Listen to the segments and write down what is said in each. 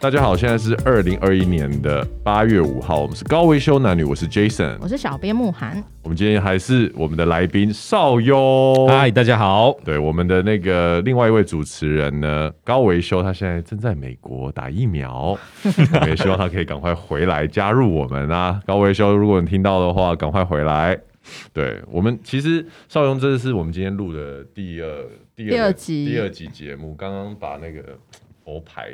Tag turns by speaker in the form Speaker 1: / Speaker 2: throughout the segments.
Speaker 1: 大家好，现在是二零二一年的八月五号，我们是高维修男女，我是 Jason，
Speaker 2: 我是小编慕寒，
Speaker 1: 我们今天还是我们的来宾邵优。
Speaker 3: 嗨，大家好。
Speaker 1: 对，我们的那个另外一位主持人呢，高维修，他现在正在美国打疫苗， 我们也希望他可以赶快回来加入我们啊。高维修，如果你听到的话，赶快回来。对我们其实邵雍，这是我们今天录的第二第
Speaker 2: 第
Speaker 1: 二
Speaker 2: 二
Speaker 1: 个
Speaker 2: 集
Speaker 1: 第二集节目，刚刚把那个佛牌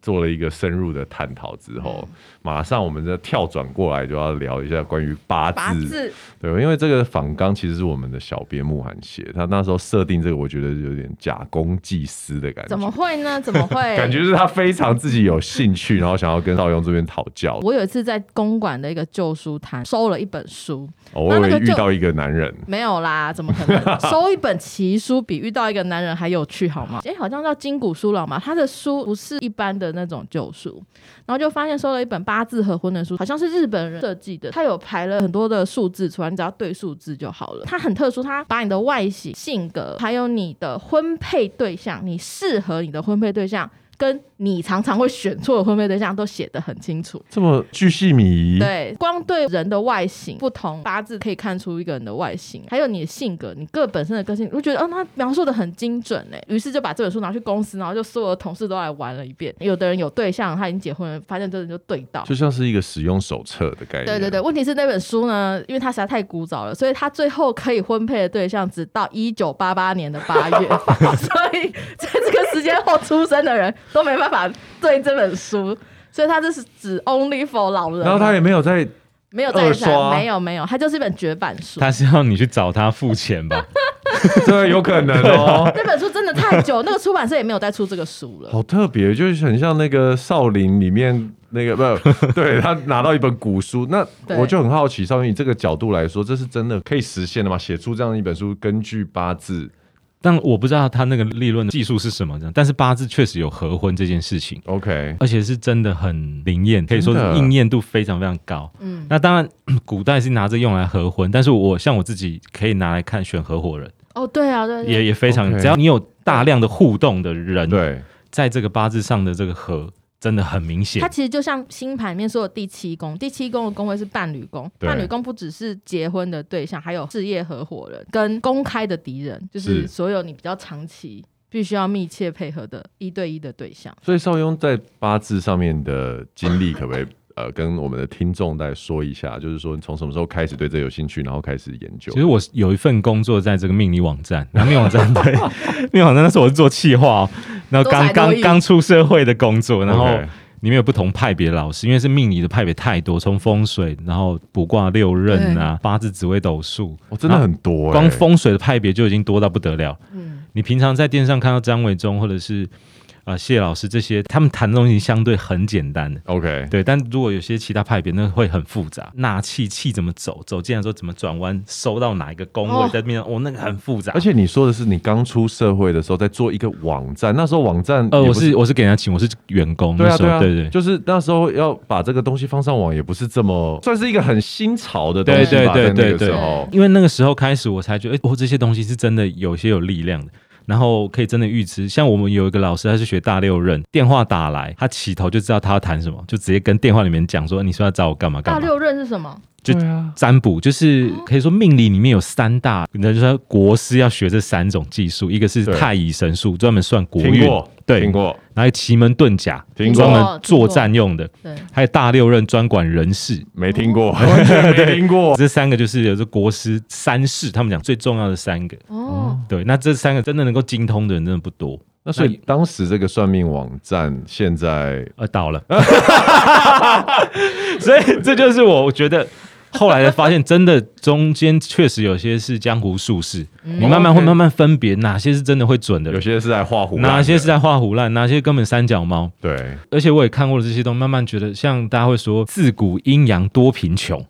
Speaker 1: 做了一个深入的探讨之后，
Speaker 2: 嗯
Speaker 1: 马上我们再跳转过来就要聊一下关于
Speaker 2: 八字
Speaker 1: 对，因为这个仿纲其实是我们的小编慕寒写，他那时候设定这个，我觉得有点假公济私的感觉。
Speaker 2: 怎么会呢？怎么会？
Speaker 1: 感觉是他非常自己有兴趣，然后想要跟邵雍这边讨教。
Speaker 2: 我有一次在公馆的一个旧书摊收了一本书，
Speaker 1: 哦我以
Speaker 2: 那那
Speaker 1: 为
Speaker 2: 个
Speaker 1: 遇
Speaker 2: 就
Speaker 1: 到一个男人，
Speaker 2: 没有啦，怎么可能？收一本奇书比遇到一个男人还有趣好 吗？诶，好像叫金谷书郎嘛，他的书不是一般的那种旧书，然后就发现收了一本八字合婚的书，好像是日本人设计的，他有排了很多的数字出来，你只要对数字就好了。它很特殊，它把你的外形、性格，还有你的婚配对象，你适合你的婚配对象。跟你常常会选错的婚配对象都写得很清楚，
Speaker 1: 这么巨细靡遗。
Speaker 2: 对，光对人的外形不同，八字可以看出一个人的外形，还有你的性格，你个本身的个性，我觉得，哦，他描述的很精准哎。于是就把这本书拿去公司，然后就所有的同事都来玩了一遍。有的人有对象，他已经结婚了，发现这人就对到。
Speaker 1: 就像是一个哎使用手册的概念。
Speaker 2: 对对对，，问题是那本书呢，因为它实在太古早了，所以它最后可以婚配的对象只到一九八八年的八 月，所以在这个时间后出生的人都没办法对这本书，所以它这是只 only for 老人。
Speaker 1: 然后他也没有在
Speaker 2: 没有再
Speaker 1: 二
Speaker 2: 删，
Speaker 1: 刷
Speaker 2: 没有没有，它就是一本绝版书。
Speaker 3: 他是要你去找他付钱吧？
Speaker 1: 这个有可能 哦，
Speaker 2: 那本书真的太久， 那个出版社也没有再出这个书了。
Speaker 1: 好特别，就是很像那个少林里面那个不 是，对他拿到一本古书，那
Speaker 2: 对
Speaker 1: 我就很好奇，少林以这个角度来说，这是真的可以实现的吗？写出这样一本书，根据八字
Speaker 3: 但我不知道他那个利润技术是什么这样，但是八字确实有合婚这件事情，
Speaker 1: ，OK，
Speaker 3: 而且是真的很灵验，可以说
Speaker 1: 真的
Speaker 3: 是应验度非常非常高。嗯，那当然， 古代是拿着用来合婚，但是我像我自己可以拿来看选合伙人，
Speaker 2: 哦，对啊，对对
Speaker 3: 也也非常
Speaker 1: 嗯 OK
Speaker 3: 只要你有大量的互动的人，，
Speaker 1: 对，
Speaker 3: 在这个八字上的这个合，真的很明显
Speaker 2: 它。其实就像星盘里面说的第七宫，第七宫的宫位是伴侣宫，
Speaker 1: 对
Speaker 2: 伴侣宫不只是结婚的对象，还有事业合伙人跟公开的敌人，就是
Speaker 1: 是
Speaker 2: 所有你比较长期必须要密切配合的一对一的对象。
Speaker 1: 所以邵雍在八字上面的经历，可不可 以呃跟我们的听众再说一下？就是说你从什么时候开始对这有兴趣，然后开始研究
Speaker 3: 其？实我是有一份工作在这个命理网站， 然后命理网站对，命理网站那时候我是做企划、哦，然后刚
Speaker 2: 多才多
Speaker 3: 刚
Speaker 2: 艺
Speaker 3: 刚出社会的工作，然后
Speaker 1: OK
Speaker 3: 里面有不同派别的老师，因为是命理的派别太多，从风水，然后卜卦六壬啊，八字、紫微斗数，
Speaker 1: 哦，真的很多、欸，
Speaker 3: 光风水的派别就已经多到不得了。
Speaker 2: 嗯，
Speaker 3: 你平常在电视上看到张伟忠或者是呃谢老师这些，他们谈的东西相对很简单的。
Speaker 1: OK，
Speaker 3: 对，啊但如果有些其他派别，那会很复杂。纳气气怎么走，走进来之后怎么转弯，收到哪一个宫
Speaker 2: 哦
Speaker 3: 位，在面上，哦，那个很复杂。
Speaker 1: 而且你说的是你刚出社会的时候在做一个网站，那时候网站
Speaker 3: 呃，
Speaker 1: 也
Speaker 3: 我
Speaker 1: 不
Speaker 3: 是我是给人家请，我是员工，
Speaker 1: 对
Speaker 3: 那
Speaker 1: 啊
Speaker 3: 时
Speaker 1: 对
Speaker 3: 候
Speaker 1: 啊
Speaker 3: 对对。
Speaker 1: 就是那时候要把这个东西放上网，也不是这么算是一个很新潮的东西吧，
Speaker 3: 对对
Speaker 1: 在那个
Speaker 3: 对对
Speaker 1: 时候
Speaker 3: 因为那个时候开始，我才觉得，哎、我这些东西是真的有些有力量的，然后可以真的预知。像我们有一个老师，他是学大六壬，电话打来，他起头就知道他要谈什么，就直接跟电话里面讲说，你说要找我干嘛
Speaker 2: 大
Speaker 3: 干嘛。
Speaker 2: 六壬是什么？
Speaker 3: 就
Speaker 1: 对啊，
Speaker 3: 占卜就是可以说命理里面有三大，人家说国师要学这三种技术，一个是
Speaker 1: 对
Speaker 3: 太乙神术，专门算国
Speaker 1: 听
Speaker 3: 运，
Speaker 1: 过，
Speaker 3: 对
Speaker 1: 听过，
Speaker 3: 然后有奇门遁甲，
Speaker 1: 听过
Speaker 3: 专门作战用的，
Speaker 2: 对，
Speaker 3: 还有大六壬专管人事，
Speaker 1: 没听过，完全 没听 过。
Speaker 3: 这三个就是有这国师三式，他们讲最重要的三个。
Speaker 2: 哦，
Speaker 3: 对，那这三个真的能够精通的人真的不多。
Speaker 1: 那所以当时这个算命网站现在
Speaker 3: 呃，倒了， 所以这就是我觉得后来的发现，真的中间确实有些是江湖术士，你慢慢会
Speaker 1: OK
Speaker 3: 慢慢分别哪些是真的会准的
Speaker 1: 有
Speaker 3: 人，
Speaker 1: 些是在画虎，
Speaker 3: 哪些是在画胡乱，哪些根本三脚猫。
Speaker 1: 对，
Speaker 3: 而且我也看过了这些东西，慢慢觉得像大家会说，自古阴阳多贫穷。
Speaker 1: 嗯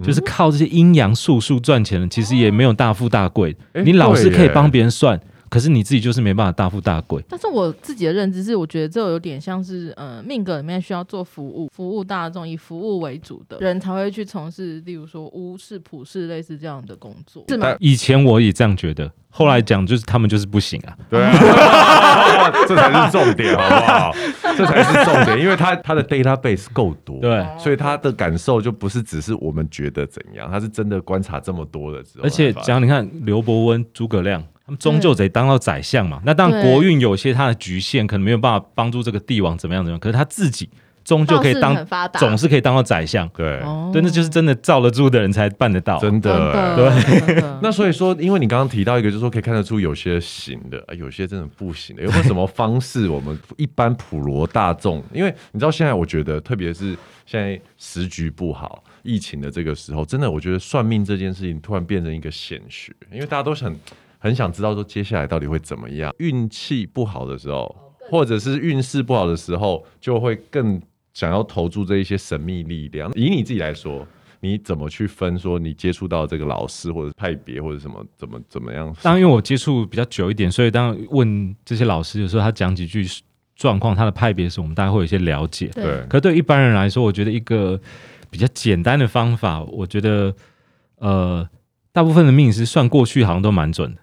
Speaker 3: 就是靠这些阴阳术数赚钱的，其实也没有大富大贵。
Speaker 1: 诶
Speaker 3: 你老是
Speaker 1: 哦哎对耶
Speaker 3: 可以帮别人算，可是你自己就是没办法大富大贵。
Speaker 2: 但是我自己的认知是，我觉得这有点像是，呃，命格里面需要做服务，服务大众，以服务为主的人才会去从事，例如说巫师、普世类似这样的工作，是吗
Speaker 1: 但？
Speaker 3: 以前我也这样觉得，后来讲就是他们就是不行啊。
Speaker 1: 对啊， 这才是重点，好不 好？这才是重点，因为他他的 database 够多，
Speaker 3: 对
Speaker 1: 所以他的感受就不是只是我们觉得怎样，他是真的观察这么多了之后
Speaker 3: 而
Speaker 1: 才发现，
Speaker 3: 且只要你看刘伯温、诸葛亮，他们终究得当到宰相嘛。那当然
Speaker 2: 嗯对
Speaker 3: 国运有些他的局限，可能没有办法帮助这个帝王怎么样怎么样，可是他自己终究可以
Speaker 2: 道
Speaker 3: 当
Speaker 2: 士很发达，
Speaker 3: 总是可以当到宰相。
Speaker 1: 对，
Speaker 2: 哦
Speaker 3: 对，那就是真的罩得住的人才办得到。
Speaker 1: 真
Speaker 2: 真
Speaker 1: 的欸。
Speaker 2: 的，真的
Speaker 1: 那所以说，因为你刚刚提到一个，就是说可以看得出有些行的，啊有些真的不行的，有没有什么方式我们一般普罗大众？因为你知道现在，我觉得特别是现在时局不好，疫情的这个时候，真的我觉得算命这件事情突然变成一个显学，因为大家都很很想知道说接下来到底会怎么样。运气不好的时候，或者是运势不好的时候，就会更想要投注这一些神秘力量。以你自己来说，你怎么去分说你接触到这个老师或者派别或者什么怎么怎么样？
Speaker 3: 当然，因为我接触比较久一点，所以当然问这些老师有时候他讲几句状况，他的派别的时候，我们大概会有一些了解。
Speaker 1: 对，
Speaker 3: 可对一般人来说，我觉得一个比较简单的方法，我觉得呃，大部分的命理师算过去好像都蛮准的，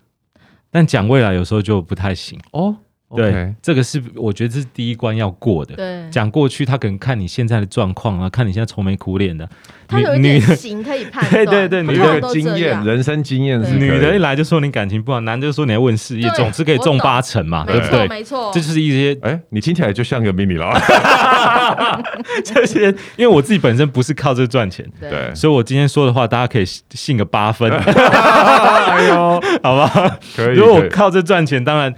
Speaker 3: 但讲未来有时候就不太行。
Speaker 1: 哦，
Speaker 3: 对，这个是我觉得这是第一关要过的。
Speaker 2: 对，
Speaker 3: 讲过去，他可能看你现在的状况啊，看你现在愁眉苦脸的。
Speaker 2: 他有一
Speaker 3: 女
Speaker 2: 点
Speaker 3: 女
Speaker 2: 型可以判
Speaker 3: 对
Speaker 2: 断，
Speaker 3: 对对
Speaker 2: 他
Speaker 1: 你
Speaker 3: 女
Speaker 2: 通
Speaker 1: 这
Speaker 2: 常
Speaker 1: 个
Speaker 2: 都
Speaker 1: 经
Speaker 2: 这
Speaker 1: 验，
Speaker 2: 样
Speaker 1: 人生经验是
Speaker 2: 对
Speaker 1: 可以
Speaker 3: 女的一来就说你感情不好，男的就说你要问事业，
Speaker 2: 对
Speaker 3: 总之可以中八成嘛，对
Speaker 2: 没
Speaker 3: 不
Speaker 2: 错
Speaker 3: 啊对？
Speaker 2: 没错，
Speaker 3: 这就是一 些
Speaker 1: 哎，你听起来就像个迷你 佬，
Speaker 3: 这些，因为我自己本身不是靠这赚钱，
Speaker 1: 对，
Speaker 3: 所以我今天说的话，大家可以信信个八分，
Speaker 1: 哎呦，
Speaker 3: 好吧？
Speaker 1: 可以，
Speaker 3: 如果
Speaker 1: 可
Speaker 3: 我
Speaker 1: 以
Speaker 3: 靠这赚钱，当然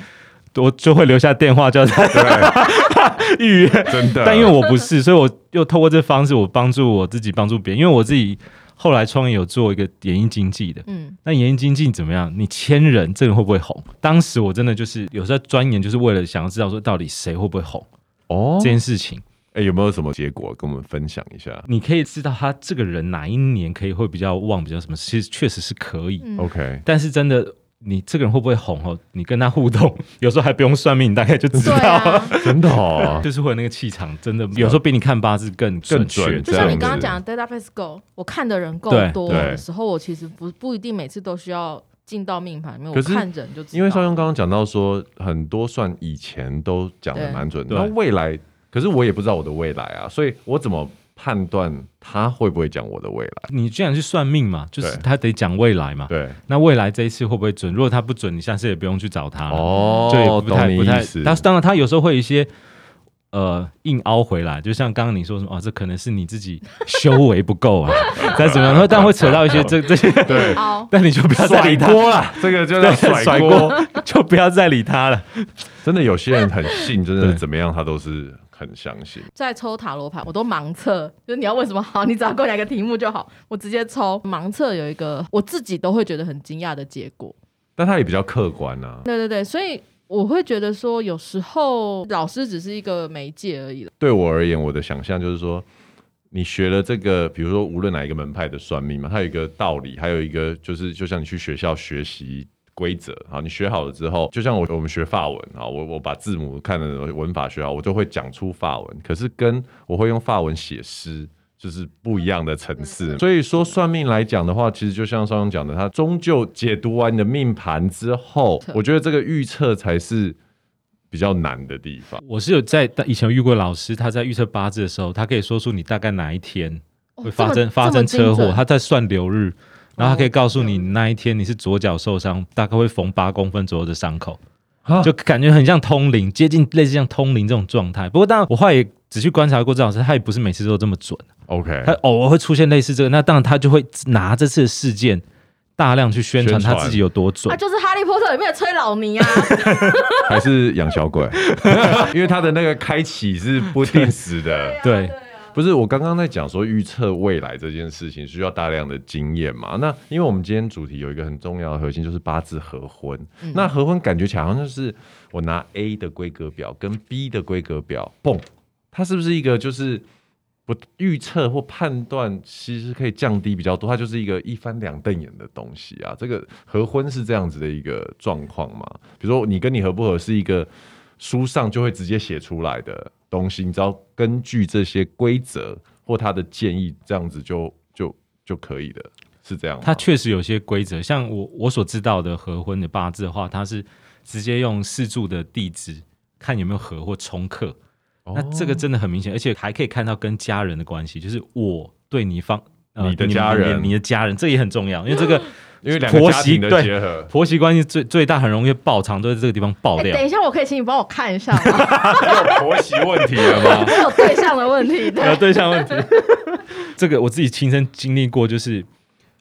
Speaker 3: 我就会留下电话 叫他
Speaker 1: 对，
Speaker 3: 预约。
Speaker 1: 真的，
Speaker 3: 但因为我不是，所以我又透过这方式，我帮助我自己，帮助别人。因为我自己后来创业有做一个演艺经济的，
Speaker 2: 嗯，
Speaker 3: 那演艺经济怎么样？你签人，这个人会不会红？当时我真的就是有时候钻研，就是为了想要知道说到底谁会不会红
Speaker 1: 哦
Speaker 3: 这，件事情。
Speaker 1: 哎，有没有什么结果跟我们分享一下
Speaker 3: 你可以知道他这个人哪一年可以会比较旺，比较什么，其实确实是可以。
Speaker 2: 嗯
Speaker 1: ？OK，
Speaker 3: 但是真的，你这个人会不会红哦？你跟他互动，有时候还不用算命，你大概就知
Speaker 2: 对
Speaker 3: 道。
Speaker 2: 啊。
Speaker 1: 真的哦，
Speaker 3: 就是会有那个气场，真的有时候比你看八字更
Speaker 1: 啊更
Speaker 3: 准
Speaker 1: 准
Speaker 3: 确。啊
Speaker 1: 这
Speaker 2: 就
Speaker 1: 样
Speaker 2: 像你
Speaker 1: 子
Speaker 2: 刚刚讲的 database 够，我看的人够
Speaker 3: 对
Speaker 2: 多
Speaker 1: 对
Speaker 2: 的时候，我其实不不一定每次都需要进到命盘里面，
Speaker 1: 可
Speaker 2: 我
Speaker 1: 是
Speaker 2: 看人就知道。
Speaker 1: 因为邵雍刚刚讲到说，很多算以前都讲的蛮准的，
Speaker 3: 对
Speaker 1: 那未来，可是我也不知道我的未来啊，所以我怎么判断他会不会讲我的未来？
Speaker 3: 你既然去算命嘛，就是
Speaker 1: 对
Speaker 3: 他得讲未来嘛。
Speaker 1: 对，
Speaker 3: 那未来这一次会不会准？如果他不准，你下次也不用去找他了。
Speaker 1: 哦，
Speaker 3: 就啊也不太
Speaker 1: 懂你
Speaker 3: 不太
Speaker 1: 意思。。
Speaker 3: 他当然他有时候会有一些呃硬凹回来，就像刚刚你说什么哦，这可能是你自己修为不够 啊，再怎么样，然后但会扯到一些这这些，
Speaker 1: 对，
Speaker 2: 凹，
Speaker 3: 但你 就不要再
Speaker 1: 甩
Speaker 3: 理他，
Speaker 1: 锅 了，这个就叫
Speaker 3: 对，甩
Speaker 1: 锅。
Speaker 3: 锅 就不要再理他了。
Speaker 1: 真的有些人很信，真的
Speaker 3: 对
Speaker 1: 怎么样，他都是很相信。
Speaker 2: 在抽塔罗牌，我都盲测，就是你要问什么好，你只要给我讲一个题目就好，我直接抽。盲测有一个我自己都会觉得很惊讶的结果。
Speaker 1: 但他也比较客观啊，
Speaker 2: 对对对，所以我会觉得说，有时候老师只是一个媒介而已了。
Speaker 1: 对我而言，我的想象就是说，你学了这个，比如说无论哪一个门派的算命嘛，它有一个道理，还有一个就是，就像你去学校学习规则，好，你学好了之后，就像我我们学法文啊，好我我把字母看的文法学好，我就会讲出法文，可是跟我会用法文写诗。就是不一样的层次，所以说算命来讲的话，其实就像上勇讲的，他终究解读完你的命盘之后，我觉得这个预测才是比较难的地方。
Speaker 3: 我是有在以前有遇过老师，他在预测八字的时候，他可以说出你大概哪一天
Speaker 2: 哦
Speaker 3: 会发生、发生车祸，他在算流日。然后他可以告诉你那一天你是左脚受伤，大概会缝八公分左右的伤口，
Speaker 1: 啊
Speaker 3: 就感觉很像通灵，接近类似像通灵这种状态。不过当然，我后来也仔细观察过这老师，他也不是每次都这么准，
Speaker 1: 哎 OK，
Speaker 3: 他偶尔会出现类似这个，那当然他就会拿这次的事件大量去宣传
Speaker 1: 宣传
Speaker 3: 他自己有多准
Speaker 2: 啊，。就是《哈利波特》里面的崔老尼啊，
Speaker 1: 还是养小鬼，因为他的那个开启是不定时
Speaker 2: 啊
Speaker 1: 的。
Speaker 3: 对，
Speaker 1: 不是我刚刚在讲说预测未来这件事情需要大量的经验嘛？那因为我们今天主题有一个很重要的核心就是八字合婚，那合婚感觉起来好像就是我拿 A 的规格表跟 B 的规格表，蹦，它是不是一个就是不预测或判断，其实可以降低比较多。它就是一个一翻两瞪眼的东西啊。这个合婚是这样子的一个状况嘛？比如说你跟你合不合是一个书上就会直接写出来的东西，你只要根据这些规则或他的建议，这样子就就就可以的，是这样吗。
Speaker 3: 它确实有些规则，像我我所知道的合婚的八字的话，它是直接用四柱的地支看有没有合或冲克。
Speaker 1: 哦
Speaker 3: 那这个真的很明显，而且还可以看到跟家人的关系，就是我对你方。
Speaker 1: 你的
Speaker 3: 们
Speaker 1: 家人
Speaker 3: 你的家人，这也很重要，因为这个
Speaker 1: 因为两个家庭的
Speaker 3: 婆媳对
Speaker 1: 结合，
Speaker 3: 婆媳关系最最大很容易爆，常都在这个地方爆
Speaker 2: 哎、
Speaker 3: 掉
Speaker 2: 等。一下，我可以请你帮我看一下吗？
Speaker 1: 有婆媳问题了吗？
Speaker 2: 这有对象的问 题，
Speaker 3: 有
Speaker 2: 对，
Speaker 3: 对象问题。这个我自己亲身经历过，就是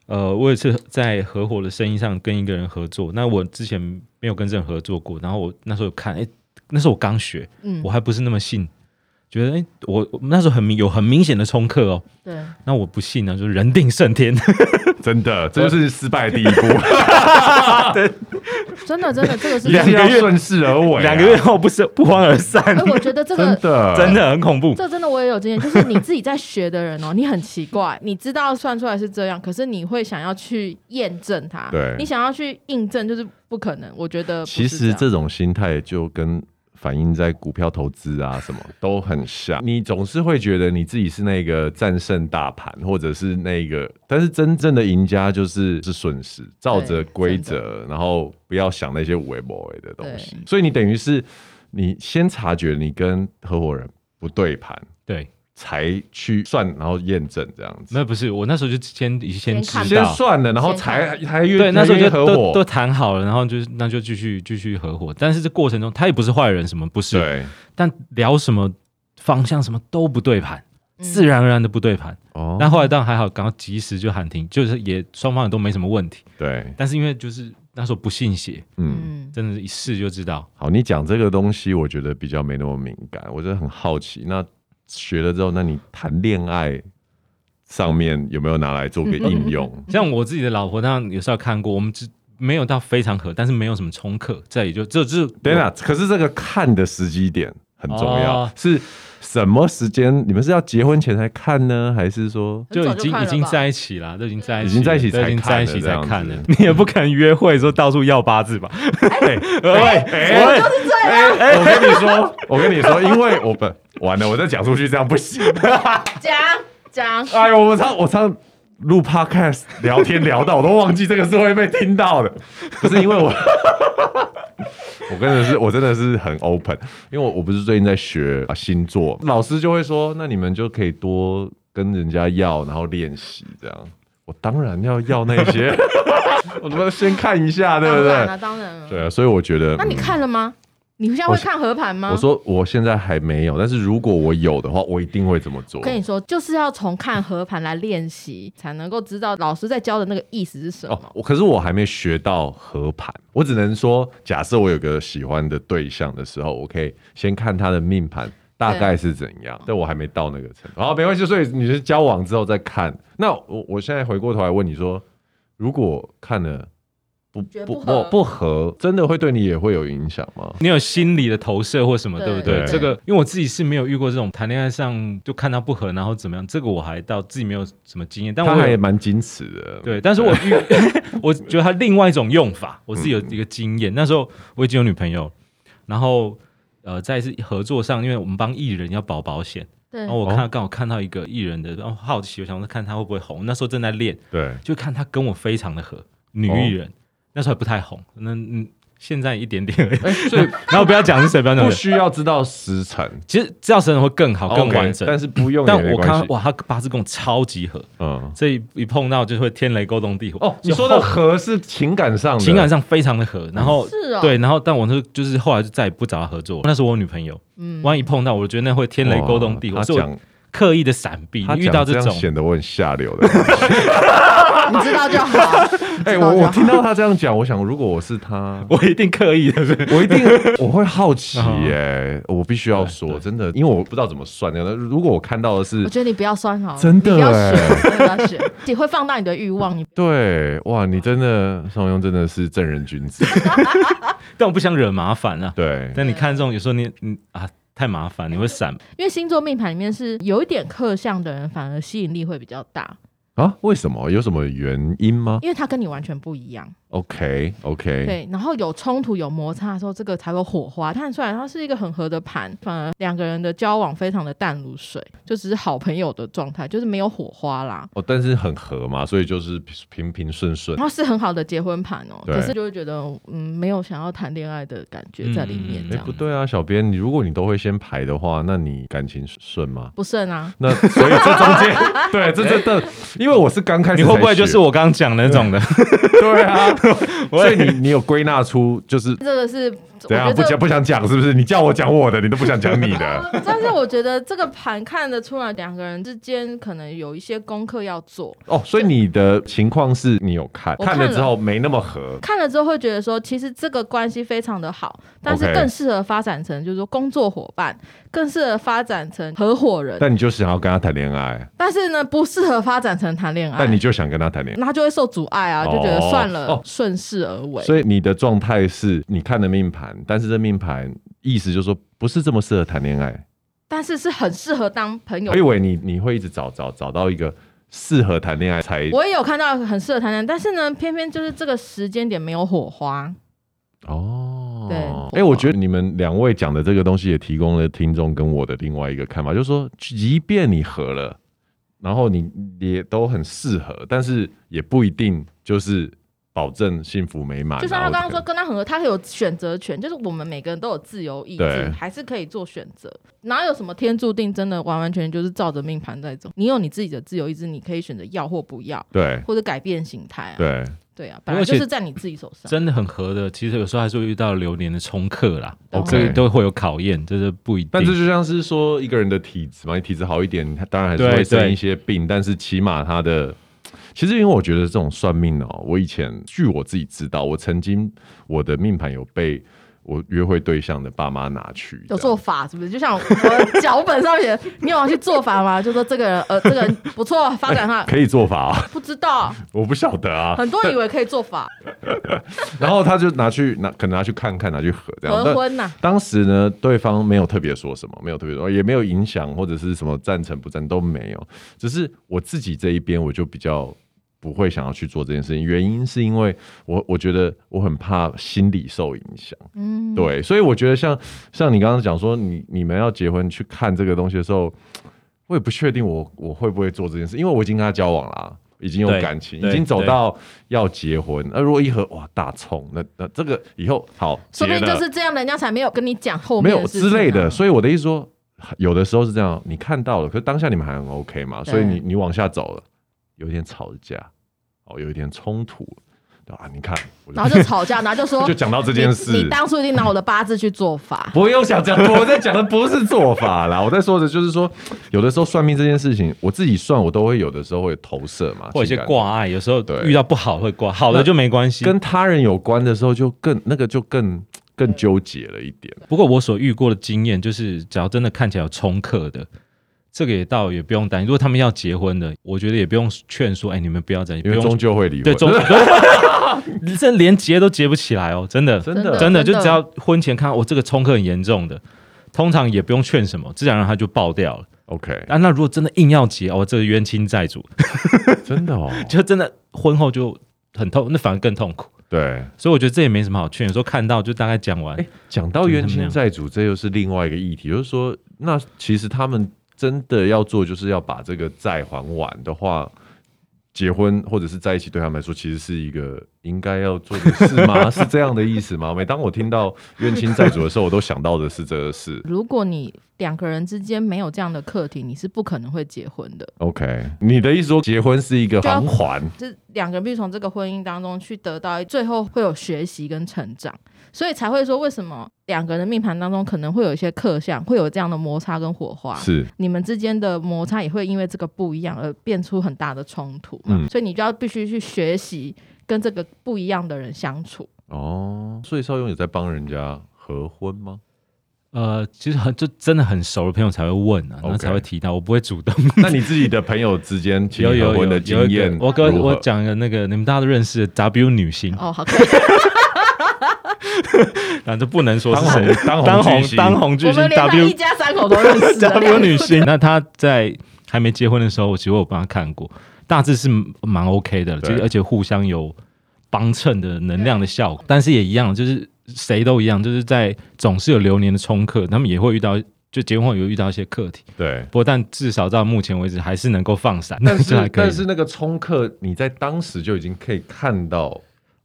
Speaker 3: 呃，我也是在合伙的生意上跟一个人合作。那我之前没有跟这人合作过，然后我那时候有看，哎、那时候我刚学，
Speaker 2: 嗯
Speaker 3: 我，还不是那么信，觉得哎、诶我我那时候很明有很明显的冲克哦。
Speaker 2: 对，
Speaker 3: 那我不信呢，啊就是人定胜天。
Speaker 1: 真的，这就是失败的第一步，
Speaker 2: 真的真的，这个是
Speaker 1: 一定
Speaker 3: 两个
Speaker 1: 要
Speaker 3: 月
Speaker 1: 顺势而为啊。
Speaker 3: 两个月后不是不欢而散，
Speaker 2: 哎、我觉得这
Speaker 1: 真
Speaker 2: 个
Speaker 1: 的
Speaker 3: 真的很恐怖。
Speaker 2: 这真的我也有经验，就是你自己在学的人哦， 你很奇怪，你知道算出来是这样，可是你会想要去验证它，
Speaker 1: 对
Speaker 2: 你想要去印证，就是不可能。我觉得不是
Speaker 1: 其实
Speaker 2: 这样
Speaker 1: 这种心态就跟反映在股票投资啊什么都很像，你总是会觉得你自己是那个战胜大盘，或者是那个，但是真正的赢家就是是顺势，照着规则，然后不要想那些无为不为的东西。所以你等于是你先察觉你跟合伙人不对盘，
Speaker 3: 对，
Speaker 1: 才去算，然后验证这样子。
Speaker 3: 那不是我那时候就先先
Speaker 2: 先看
Speaker 3: 知
Speaker 1: 先
Speaker 3: 道。
Speaker 1: 算了，然后
Speaker 2: 先看
Speaker 1: 才才约
Speaker 3: 对，那时候
Speaker 1: 才
Speaker 3: 就
Speaker 1: 约合
Speaker 3: 都都
Speaker 1: 伙，
Speaker 3: 谈好了，然后就是那就继续继续合伙。但是这过程中他也不是坏人，什么不是，
Speaker 1: 对
Speaker 3: 但聊什么方向什么都不对盘，
Speaker 2: 嗯
Speaker 3: 自然而然的不对盘。
Speaker 1: 哦
Speaker 3: 那后来当然还好，刚好及时就喊停，就是也双方也都没什么问题。
Speaker 1: 对，
Speaker 3: 但是因为就是那时候不信邪，
Speaker 1: 嗯。
Speaker 2: 嗯，
Speaker 3: 真的是一试就知道。
Speaker 1: 好，你讲这个东西，我觉得比较没那么敏感，我真的很好奇。那学了之后，那你谈恋爱上面有没有拿来做个应 用？
Speaker 2: 嗯
Speaker 3: 像我自己的老婆，当然有时候看过，我们只没有到非常合，但是没有什么冲克，这也就这就是
Speaker 1: 等一下，可是这个看的时机点很重要，
Speaker 3: 哦
Speaker 1: 是什么时间？你们是要结婚前才看呢，还是说
Speaker 2: 很
Speaker 3: 就
Speaker 2: 早
Speaker 3: 已
Speaker 2: 就
Speaker 3: 经
Speaker 2: 看
Speaker 3: 已
Speaker 2: 了
Speaker 3: 经
Speaker 2: 吧
Speaker 3: 在一起了，都已经在一起了，
Speaker 1: 已经在一起
Speaker 3: 都已经
Speaker 1: 才看
Speaker 3: 在一
Speaker 1: 了
Speaker 3: 起
Speaker 1: 这
Speaker 3: 才
Speaker 1: 样子
Speaker 3: 看了， 你也不肯约会说到处要八字吧？ 哎喂喂，哎
Speaker 1: 我跟你说，我跟你说，因为我本完了，我再讲出去这样不行。
Speaker 2: 讲讲，
Speaker 1: 哎呦，我常我常录 podcast 聊天聊到，我都忘记这个是会被听到的，不是因为我， 我真的是我真的是很 open，因为我我不是最近在学、啊、星座，老师就会说，那你们就可以多跟人家要，然后练习这样。我当然要要那些， 我他妈先看一下，对不
Speaker 2: 当然了，
Speaker 1: 对？
Speaker 2: 当然了。
Speaker 1: 对啊，所以我觉得，
Speaker 2: 那你
Speaker 1: 嗯
Speaker 2: 看了吗？你现在
Speaker 1: 我
Speaker 2: 会看合盘吗？
Speaker 1: 我说我现在还没有，但是如果我有的话，我一定会这么做。
Speaker 2: 我跟你说，就是要从看合盘来练习，才能够知道老师在教的那个意思是什
Speaker 1: 哦
Speaker 2: 么。，
Speaker 1: 我可是我还没学到合盘，我只能说，假设我有个喜欢的对象的时候，我可以先看他的命盘大
Speaker 2: 啊
Speaker 1: 概是怎样，但我还没到那个程度。好，没关系，所以你是交往之后再看。那我我现在回过头来问你说，如果看了不
Speaker 2: 觉得
Speaker 1: 不
Speaker 2: 不合
Speaker 1: 不合，真的会对你也会有影响吗？
Speaker 3: 你有心理的投射或什么，
Speaker 2: 对
Speaker 3: 对不对？
Speaker 1: 对
Speaker 3: 这个，因为我自己是没有遇过这种谈恋爱上就看到不合，然后怎么样，这个我还到自己没有什么经验，但
Speaker 1: 他
Speaker 3: 我
Speaker 1: 还
Speaker 3: 有
Speaker 1: 蛮矜持的，
Speaker 3: 对，但是我 遇，我觉得他另外一种用法，我自己有
Speaker 1: 嗯
Speaker 3: 一个经验。那时候我已经有女朋友，然后呃，在是合作上，因为我们帮艺人要保保险，
Speaker 2: 对
Speaker 1: 嗯
Speaker 3: 然
Speaker 1: 哦
Speaker 3: 后我看到刚好看到一个艺人的，然后好奇，我想说看他会不会红。那时候正在练，
Speaker 1: 对，
Speaker 3: 就看他跟我非常的合，女艺
Speaker 1: 哦
Speaker 3: 人、那时候还不太红，那嗯现在一点点而已。
Speaker 1: 哎所以
Speaker 3: 然后不要讲是谁，不要讲
Speaker 1: 不
Speaker 3: 是谁，
Speaker 1: 需要知道时辰，
Speaker 3: 其实这样神人会更好、哦更
Speaker 1: OK，
Speaker 3: 完整。
Speaker 1: 但是不用也
Speaker 3: 但
Speaker 1: 没
Speaker 3: 我
Speaker 1: 关
Speaker 3: 看
Speaker 1: 系
Speaker 3: 哇，他八字跟我超级合，
Speaker 1: 嗯。
Speaker 3: 这一一碰到就会天雷勾动地火。
Speaker 1: 哦，你
Speaker 3: 就
Speaker 1: 说的
Speaker 3: 后
Speaker 1: 合嗯是情感上的，
Speaker 3: 情感上非常的合，然后、
Speaker 2: 是哦
Speaker 3: 对，然后但我就就是后来就再也不找他合作。那是我女朋友，
Speaker 2: 嗯
Speaker 3: 万一碰到，我觉得那会天雷勾动地
Speaker 1: 哇
Speaker 3: 火，
Speaker 1: 他
Speaker 3: 所以
Speaker 1: 讲
Speaker 3: 我刻意的闪避。
Speaker 1: 他
Speaker 3: 你遇到
Speaker 1: 讲样
Speaker 3: 种，
Speaker 1: 显得我很下流的。
Speaker 2: 你知道就好。
Speaker 1: 哎、
Speaker 2: 知道
Speaker 1: 我
Speaker 2: 就
Speaker 1: 我
Speaker 2: 好
Speaker 1: 听到他这样讲，我想如果我是他
Speaker 3: ，我一定刻意的是不是。
Speaker 1: 我一定我会好奇
Speaker 3: 啊
Speaker 1: 耶、我必须要说，真的，因为我不知道怎么算的。如果我看到的是
Speaker 2: 我，觉得你不要酸好了，
Speaker 1: 真的
Speaker 2: 你不要
Speaker 1: 欸
Speaker 2: 学，真的不要学， 你会放大你的欲望。你
Speaker 1: 对，哇，你真的宋庸真的是 正人君子，
Speaker 3: 但我不想惹麻烦啊。
Speaker 1: 对。
Speaker 3: 但你看这种，有时候你你啊，太麻烦，你会闪。
Speaker 2: 因为星座命盘里面是有一点克相的人，反而吸引力会比较大，
Speaker 1: 啊？为什么？有什么原因吗
Speaker 2: 因为他跟你完全不一样。
Speaker 1: ？OK OK，
Speaker 2: 对，然后有冲突、有摩擦的时候，这个才会火花。看出来它是一个很合的盘，反而两个人的交往非常的淡如水，就只是好朋友的状态，就是没有火花啦。
Speaker 1: 哦，但是很合嘛，所以就是平平顺顺
Speaker 2: 然。后是很好的结婚盘哦，
Speaker 1: 对
Speaker 2: 可是就会觉得嗯，没有想要谈恋爱的感觉在里面，
Speaker 3: 嗯
Speaker 2: 这
Speaker 1: 哎、
Speaker 2: 样、
Speaker 1: 不对啊，小编，你如果你都会先排的话，那你感情顺吗？
Speaker 2: 不顺啊。
Speaker 1: 那所以这中间，对，这这这，因为我是刚开始，
Speaker 3: 你会不会就是？我刚刚讲的那种的？
Speaker 1: 对 啊，所以你你有归纳出就是
Speaker 2: 这个是
Speaker 1: 怎样
Speaker 2: 我
Speaker 1: 不
Speaker 2: 觉
Speaker 1: 讲
Speaker 2: 得
Speaker 1: 不想讲是不是？你叫我讲我的，你都不想讲你的。
Speaker 2: 这， 但是我觉得这个盘看得出来，两个人之间可能有一些功课要做。
Speaker 1: 哦，所以你的情况是你有看，
Speaker 2: 我看
Speaker 1: 了
Speaker 2: 了
Speaker 1: 之后没那么合，
Speaker 2: 看了之后会觉得说，其实这个关系非常的好，但是
Speaker 1: OK
Speaker 2: 更适合发展成就是说工作伙伴，更适合发展成合伙人，
Speaker 1: 但你就想要跟他谈恋爱，
Speaker 2: 但是呢不适合发展成谈恋爱，
Speaker 1: 但你就想跟他谈恋爱。
Speaker 2: 那就会受阻碍啊，就觉得
Speaker 1: 哦
Speaker 2: 算了，
Speaker 1: 哦
Speaker 2: 顺势而为。
Speaker 1: 所以你的状态是你看了命盘，但是这命盘意思就是说不是这么适合谈恋爱。
Speaker 2: 但是是很适合当朋友
Speaker 1: 我以。为你你会一直找找找到一个适合谈恋爱才
Speaker 2: 我也有看到很适合谈恋爱，但是呢，偏偏就是这个时间点没有火花。
Speaker 1: 哦，
Speaker 2: 对
Speaker 1: 哎、我觉得你们两位讲的这个东西也提供了听众跟我的另外一个看法，就是说，即便你合了，然后你也都很适合，但是也不一定就是保证幸福美满。
Speaker 2: 就像他
Speaker 1: 啊然
Speaker 2: 刚
Speaker 1: 后
Speaker 2: 刚说，跟他很合，他有选择权，就是我们每个人都有自由意
Speaker 1: 对
Speaker 2: 志，还是可以做选择。哪有什么天注定，真的完完全全就是照着命盘在走？你有你自己的自由意志，你可以选择要或不要，
Speaker 1: 对
Speaker 2: 或者改变形态、啊。
Speaker 1: 对
Speaker 2: 对啊，本来
Speaker 3: 而且
Speaker 2: 就是在你自己手上。
Speaker 3: 真的很合的，其实有时候还是会遇到流年的冲克啦
Speaker 1: OK
Speaker 3: 这个都会有考验，这是不一定。
Speaker 1: 但这就像是说一个人的体质嘛，你体质好一点，他当然还是会
Speaker 3: 对
Speaker 1: 生
Speaker 3: 对
Speaker 1: 一些病，但是起码他的。其实，因为我觉得这种算命哦，我以前据我自己知道，我曾经我的命盘有被我约会对象的爸妈拿去，
Speaker 2: 有做法是不是？就像我脚本上面，你有要去做法吗？就说这个人，呃，这个人不错，发展他
Speaker 1: 可以做法、啊，
Speaker 2: 不知 道，
Speaker 1: 我不晓得 啊。
Speaker 2: 很多人以为可以 做法
Speaker 1: 然后他就拿去拿，可能拿去看看，拿去合这样。
Speaker 2: 合
Speaker 1: 但
Speaker 2: 婚呐、
Speaker 1: 当时呢，对方没有特别说什么，没有特别说，也没有影响或者是什么赞成不赞成都没有。只是我自己这一边，我就比较不会想要去做这件事情，原因是因为我我觉得我很怕心理受影响。
Speaker 2: 嗯，
Speaker 1: 对，所以我觉得像像你刚刚讲说，你你们要结婚去看这个东西的时候，我也不确定我我会不会做这件事，因为我已经跟他交往啦、已经有
Speaker 3: 对
Speaker 1: 感情，
Speaker 3: 对
Speaker 1: 已经走
Speaker 3: 对
Speaker 1: 到要结婚。那如果一合哇大冲，那那这个以后好结
Speaker 2: 说不定
Speaker 1: 了
Speaker 2: 就是这样，人家才没有跟你讲后
Speaker 1: 没
Speaker 2: 面
Speaker 1: 有
Speaker 2: 的事情啊、
Speaker 1: 之类的。所以我的意思说，有的时候是这样，你看到了，可是当下你们还很 OK 嘛，
Speaker 2: 对
Speaker 1: 所以你你往下走了，有一点吵架，哦，有一点冲突，对吧、啊？你看，我
Speaker 2: 然后就吵架，然后就说
Speaker 1: 就讲到这件事
Speaker 2: 你，你当初一定拿我的八字去做法。
Speaker 1: 不用想这样多，我在讲的不是做法啦，我在说的就是说，有的时候算命这件事情，我自己算，我都会有的时候会投射嘛，
Speaker 3: 或有一些
Speaker 1: 情感
Speaker 3: 挂碍，有时候
Speaker 1: 对
Speaker 3: 遇到不好会挂，好的就没关系。
Speaker 1: 跟他人有关的时候，就更那个就更更纠结了一点。
Speaker 2: 嗯
Speaker 3: 不过我所遇过的经验就是，只要真的看起来有冲克的，这个也倒也不用担心。如果他们要结婚的，我觉得也不用劝说，哎，你们不要在，不
Speaker 1: 因为
Speaker 3: 用
Speaker 1: 终究会离婚，
Speaker 3: 对中， 这连结都结不起来哦，真的，
Speaker 1: 真的
Speaker 3: 真的，就
Speaker 2: 真的
Speaker 3: 只要婚前看我哦这个冲克很严重的。通常也不用劝什么，自然而然他就爆掉了。
Speaker 1: OK，
Speaker 3: 啊，那如果真的硬要结，哦，这个冤亲债主，
Speaker 1: 真的哦，
Speaker 3: 就真的婚后就很痛，那反而更痛苦。
Speaker 1: 对，
Speaker 3: 所以我觉得这也没什么好劝，有时候看到就大概讲完。
Speaker 1: 哎，讲到冤亲债主，这又是另外一个议题，就是说，那其实他们真的要做，就是要把这个债还完的话，结婚或者是在一起，对他们来说，其实是一个应该要做的事 吗？是这样的意思吗？每当我听到冤亲债主的时候，我都想到的是这个事。
Speaker 2: 如果你两个人之间没有这样的课题，你是不可能会结婚的。
Speaker 1: OK，你的意思说，结婚是一个
Speaker 2: 对啊
Speaker 1: 偿还，
Speaker 2: 这两个人必须从这个婚姻当中去得到，最后会有学习跟成长，所以才会说为什么两个人的命盘当中可能会有一些克相，会有这样的摩擦跟火花。
Speaker 1: 是
Speaker 2: 你们之间的摩擦也会因为这个不一样而变出很大的冲突嘛，
Speaker 1: 嗯
Speaker 2: 所以你就要必须去学习跟这个不一样的人相处。
Speaker 1: 哦。所以邵勇有在帮人家合婚吗？
Speaker 3: 呃，其实很就真的很熟的朋友才会问啊，然后
Speaker 1: OK
Speaker 3: 才会提到，我不会主动。
Speaker 1: 那你自己的朋友之间请
Speaker 3: 有
Speaker 1: 你合
Speaker 3: 有有
Speaker 1: 婚的
Speaker 3: 有
Speaker 1: 经
Speaker 3: 一个
Speaker 1: 验如何，哦
Speaker 3: 我
Speaker 1: 嗯
Speaker 3: 跟我讲一个那个你们大家都认识的 W 女星，
Speaker 2: 哦，好，可以。
Speaker 3: 然后就不能说是
Speaker 1: 当
Speaker 3: 谁
Speaker 1: 红
Speaker 3: 当
Speaker 1: 当红
Speaker 3: 红
Speaker 1: 巨星
Speaker 3: 当红巨
Speaker 2: 我
Speaker 3: 星
Speaker 2: 们连他
Speaker 3: W
Speaker 2: 一家三口都认 识的。
Speaker 3: W 女星。 那她在还没结婚的时候，其实我有帮她看过，大致是蛮 OK 的，
Speaker 1: 对
Speaker 3: 就而且互相有帮衬的能量的效果。但是也一样，就是谁都一样，就是在总是有流年的冲克，他们也会遇到。就结婚后有遇到一些课题，
Speaker 1: 对。
Speaker 3: 不过但至少到目前为止还是能够放 闪，
Speaker 1: 但
Speaker 3: 这还
Speaker 1: 是
Speaker 3: 可以
Speaker 1: 但是那个冲客，你在当时就已经可以看到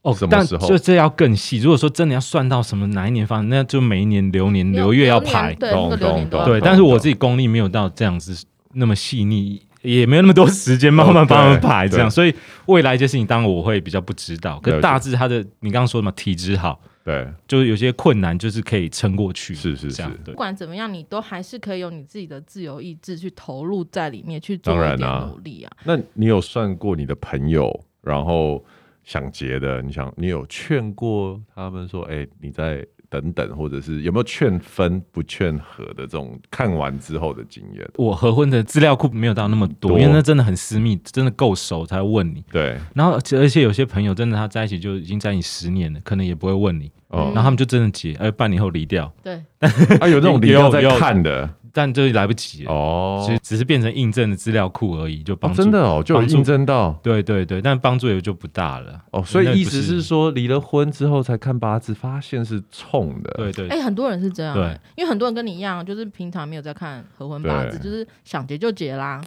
Speaker 3: 哦，
Speaker 1: 什么
Speaker 3: 但
Speaker 1: 时候
Speaker 3: 就这要更细。如果说真的要算到什么哪一年发生，那就每一年流年流月要排，
Speaker 2: 对，那个流年都要
Speaker 1: 懂
Speaker 3: 对，但是我自己功力没有到这样子那么细腻，也没有那么多时间慢慢
Speaker 1: 哦对
Speaker 3: 帮他们排这样，
Speaker 1: 对
Speaker 3: 所以未来一些事情，当然我会比较不知道。可
Speaker 1: 了解
Speaker 3: 是大致他的，你刚刚说的嘛，体质好，
Speaker 1: 对，
Speaker 3: 就是有些困难就是可以撑过去，
Speaker 1: 是是
Speaker 3: 嗯这样
Speaker 1: 是
Speaker 3: 对
Speaker 2: 不。管怎么样，你都还是可以有你自己的自由意志去投入在里面，去做
Speaker 1: 当然
Speaker 2: 一
Speaker 1: 啊
Speaker 2: 点努力啊。
Speaker 1: 那你有算过你的朋友，然后想结的，你想你有劝过他们说，哎、你再等等，或者是有没有劝分不劝和的这种看完之后的经验？
Speaker 3: 我合婚的资料库没有到那么多，
Speaker 1: 多
Speaker 3: 因为那真的很私密，真的够熟才会问你。
Speaker 1: 对，
Speaker 3: 然后，而且而且有些朋友真的他在一起就已经在一起十年了，可能也不会问你，
Speaker 1: 哦
Speaker 3: 然、后他们就真的结，哎，半年后离掉，
Speaker 2: 对，
Speaker 1: 啊，有那种
Speaker 3: 有
Speaker 1: 你要在
Speaker 3: 有
Speaker 1: 看的
Speaker 3: 但就来不及了，
Speaker 1: 哦
Speaker 3: 其实只是变成印证的资料库而已，就帮
Speaker 1: 哦
Speaker 3: 助
Speaker 1: 真的哦，就有
Speaker 3: 帮助
Speaker 1: 印证到
Speaker 3: 对对对，但帮助也就不大了。
Speaker 1: 哦，所
Speaker 3: 那
Speaker 1: 以
Speaker 3: 也
Speaker 1: 意
Speaker 3: 不
Speaker 1: 思是说，离了婚之后才看八字，发现是冲的，
Speaker 3: 对对
Speaker 2: 哎、很多人是这样、
Speaker 3: 对
Speaker 2: 欸，因为很多人跟你一样，就是平常没有在看合婚八字，
Speaker 1: 对
Speaker 2: 就是想结就结啦，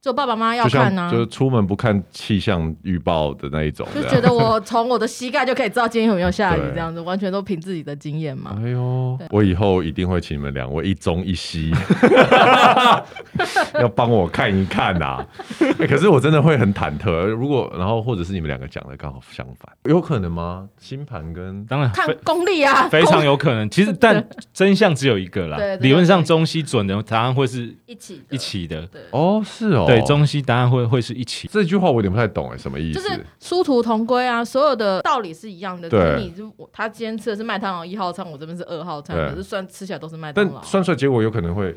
Speaker 2: 只有爸爸妈妈要
Speaker 1: 就
Speaker 2: 看
Speaker 1: 像
Speaker 2: 啊
Speaker 1: 就。是出门不看气象预报的那一种，
Speaker 2: 就
Speaker 1: 这样
Speaker 2: 觉得我从我的膝盖就可以知道今天有没有下雨，
Speaker 1: 对
Speaker 2: 这样子完全都凭自己的经验嘛。
Speaker 1: 哎呦，我以后一定会请你们两位一中一西， 要帮我看一看呐、 啊欸可是我真的会很忐忑，如果然后或者是你们两个讲的刚好相反，有可能吗？星盘跟
Speaker 3: 当然
Speaker 2: 看
Speaker 3: 非
Speaker 2: 功力啊，
Speaker 3: 非
Speaker 2: 功
Speaker 3: 常有可能。其实，但真相只有一个啦
Speaker 2: 对对。对
Speaker 3: 理论上，中西准的答案会是
Speaker 2: 一起的
Speaker 3: 一起的，
Speaker 1: 哦是哦，
Speaker 3: 对，中西答案会会是一起。
Speaker 1: 这句话我有点不太懂哎、什么意
Speaker 2: 就
Speaker 1: 思？
Speaker 2: 是殊途同归啊，所有的道理是一样的。
Speaker 1: 对
Speaker 2: 就是你就我他今天吃的是麦当劳一号餐，我这边是二号餐，
Speaker 1: 对
Speaker 2: 可是算吃起来都是麦当
Speaker 1: 但
Speaker 2: 劳啊。
Speaker 1: 算出来结果有可能会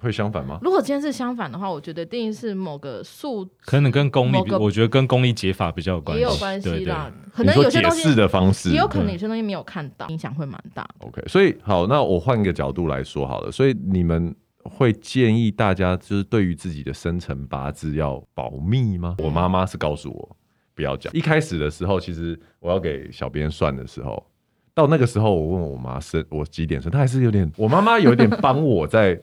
Speaker 1: 会相反吗？
Speaker 2: 如果今天是相反的话，我觉得定义是某个数
Speaker 3: 可能跟功力
Speaker 2: 某
Speaker 3: 比，
Speaker 2: 个
Speaker 3: 我觉得跟功力解法比较有关
Speaker 2: 也
Speaker 3: 系，
Speaker 2: 有关系
Speaker 3: 对对
Speaker 2: 啦，可能有些
Speaker 1: 你
Speaker 2: 东
Speaker 1: 说解释
Speaker 2: 西，
Speaker 1: 的方式
Speaker 2: 也有可能有些东西没有看到，影响会蛮大。
Speaker 1: OK，所以好，那我换个角度来说好了，所以你们会建议大家就是对于自己的生辰八字要保密吗？我妈妈是告诉我不要讲。一开始的时候，其实我要给小编算的时候，到那个时候我问我妈生我几点生，她还是有点，我妈妈有点帮我在，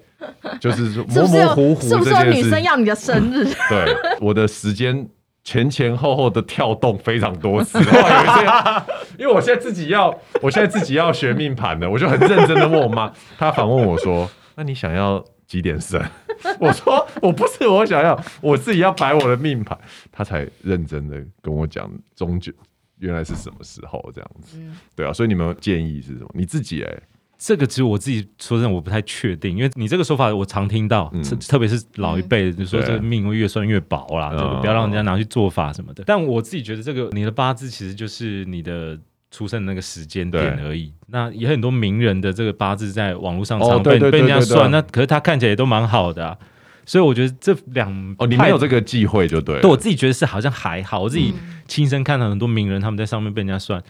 Speaker 1: 就是说
Speaker 2: 是
Speaker 1: 模
Speaker 2: 不是
Speaker 1: 模
Speaker 2: 有？
Speaker 1: 糊糊
Speaker 2: 是不
Speaker 1: 这
Speaker 2: 是
Speaker 1: 件
Speaker 2: 有女
Speaker 1: 事
Speaker 2: 生。要你的生 日？
Speaker 1: 对，我的时间前前后后的跳动非常多次，然后有一些，因为我现在自己要，我现在自己要学命盘的，我就很认真的问我妈，她反问我说：“那你想要几点生？” 我说：“我不是我想要，我自己要摆我的命盘。”她才认真的跟我讲终究原来是什么时候这样子。对啊，所以你们建议是什么？你自己哎、
Speaker 3: 这个其实我自己说真的，我不太确定，因为你这个说法我常听到，
Speaker 1: 嗯
Speaker 3: 特特别是老一辈的，就说
Speaker 1: 对
Speaker 3: 这个命会越算越薄啦，
Speaker 1: 嗯
Speaker 3: 这个不要让人家拿去做法什么的。但我自己觉得，这个你的八字其实就是你的出生的那个时间点
Speaker 1: 对
Speaker 3: 而已。那也很多名人的这个八字在网络上
Speaker 1: 哦
Speaker 3: 常
Speaker 1: 对
Speaker 3: 被
Speaker 1: 对
Speaker 3: 被人
Speaker 1: 对
Speaker 3: 家
Speaker 1: 对对
Speaker 3: 算，那可是他看起来也都蛮好的啊，所以我觉得这两
Speaker 1: 哦，你
Speaker 3: 派
Speaker 1: 没有这个忌讳就对了。嗯
Speaker 3: 对我自己觉得是好像还好，我自己亲身看到很多名人他们在上面被人家算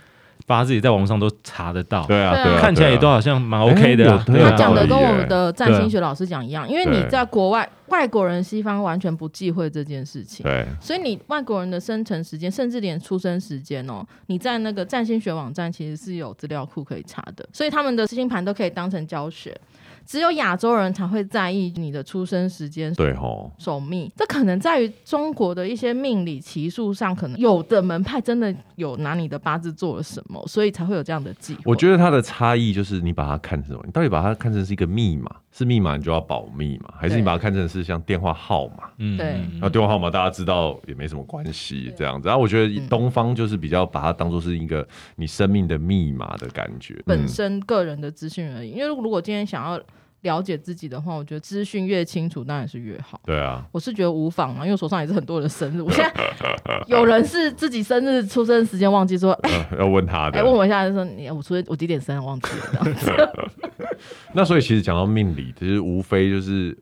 Speaker 3: 八字，也在网络上都查得到。
Speaker 1: 对啊，
Speaker 2: 对啊
Speaker 1: 对啊，
Speaker 3: 看起来也都
Speaker 1: 对啊
Speaker 3: 好像蛮 OK 的啊
Speaker 1: 哎有，
Speaker 3: 对 啊
Speaker 2: 他讲的
Speaker 1: 道理
Speaker 2: 跟我们
Speaker 1: 耶
Speaker 2: 的占
Speaker 3: 对
Speaker 2: 星学老师讲一样，因为你
Speaker 1: 对
Speaker 2: 在国外，外国人西方完全不忌讳这件事情。
Speaker 1: 对。
Speaker 2: 所以你外国人的生辰时间，甚至连出生时间哦，你在那个占星学网站其实是有资料库可以查的，所以他们的星盘都可以当成教学。只有亚洲人才会在意你的出生时间。
Speaker 1: 对吼，
Speaker 2: 守密，这可能在于中国的一些命理奇术上，可能有的门派真的有拿你的八字做了什么，所以才会有这啊样的忌讳。
Speaker 1: 我觉得它的差异就是你把它看成什么？你到底把它看成是一个密码，是密码你就要保密嘛？还是你
Speaker 2: 对
Speaker 1: 把它看成是像电话号码？
Speaker 3: 嗯
Speaker 2: 对
Speaker 3: 嗯
Speaker 1: 那电话号码大家知道也没什么关系，这样子。然啊后我觉得东方就是比较把它当做是一个你生命的密码的感觉。嗯
Speaker 2: 本身个人的资讯而已，因为如果今天想要了解自己的话，我觉得资讯越清楚当然是越好。
Speaker 1: 对啊，
Speaker 2: 我是觉得无妨嘛，因为我手上也是很多人生日。我现在有人是自己生日出生时间忘记说，哎、
Speaker 1: 呃要问他
Speaker 2: 哎、
Speaker 1: 的
Speaker 2: 问。我一下，就说你我出生我几点生日忘记了这样子。
Speaker 1: 那所以其实讲到命理，其实无非就是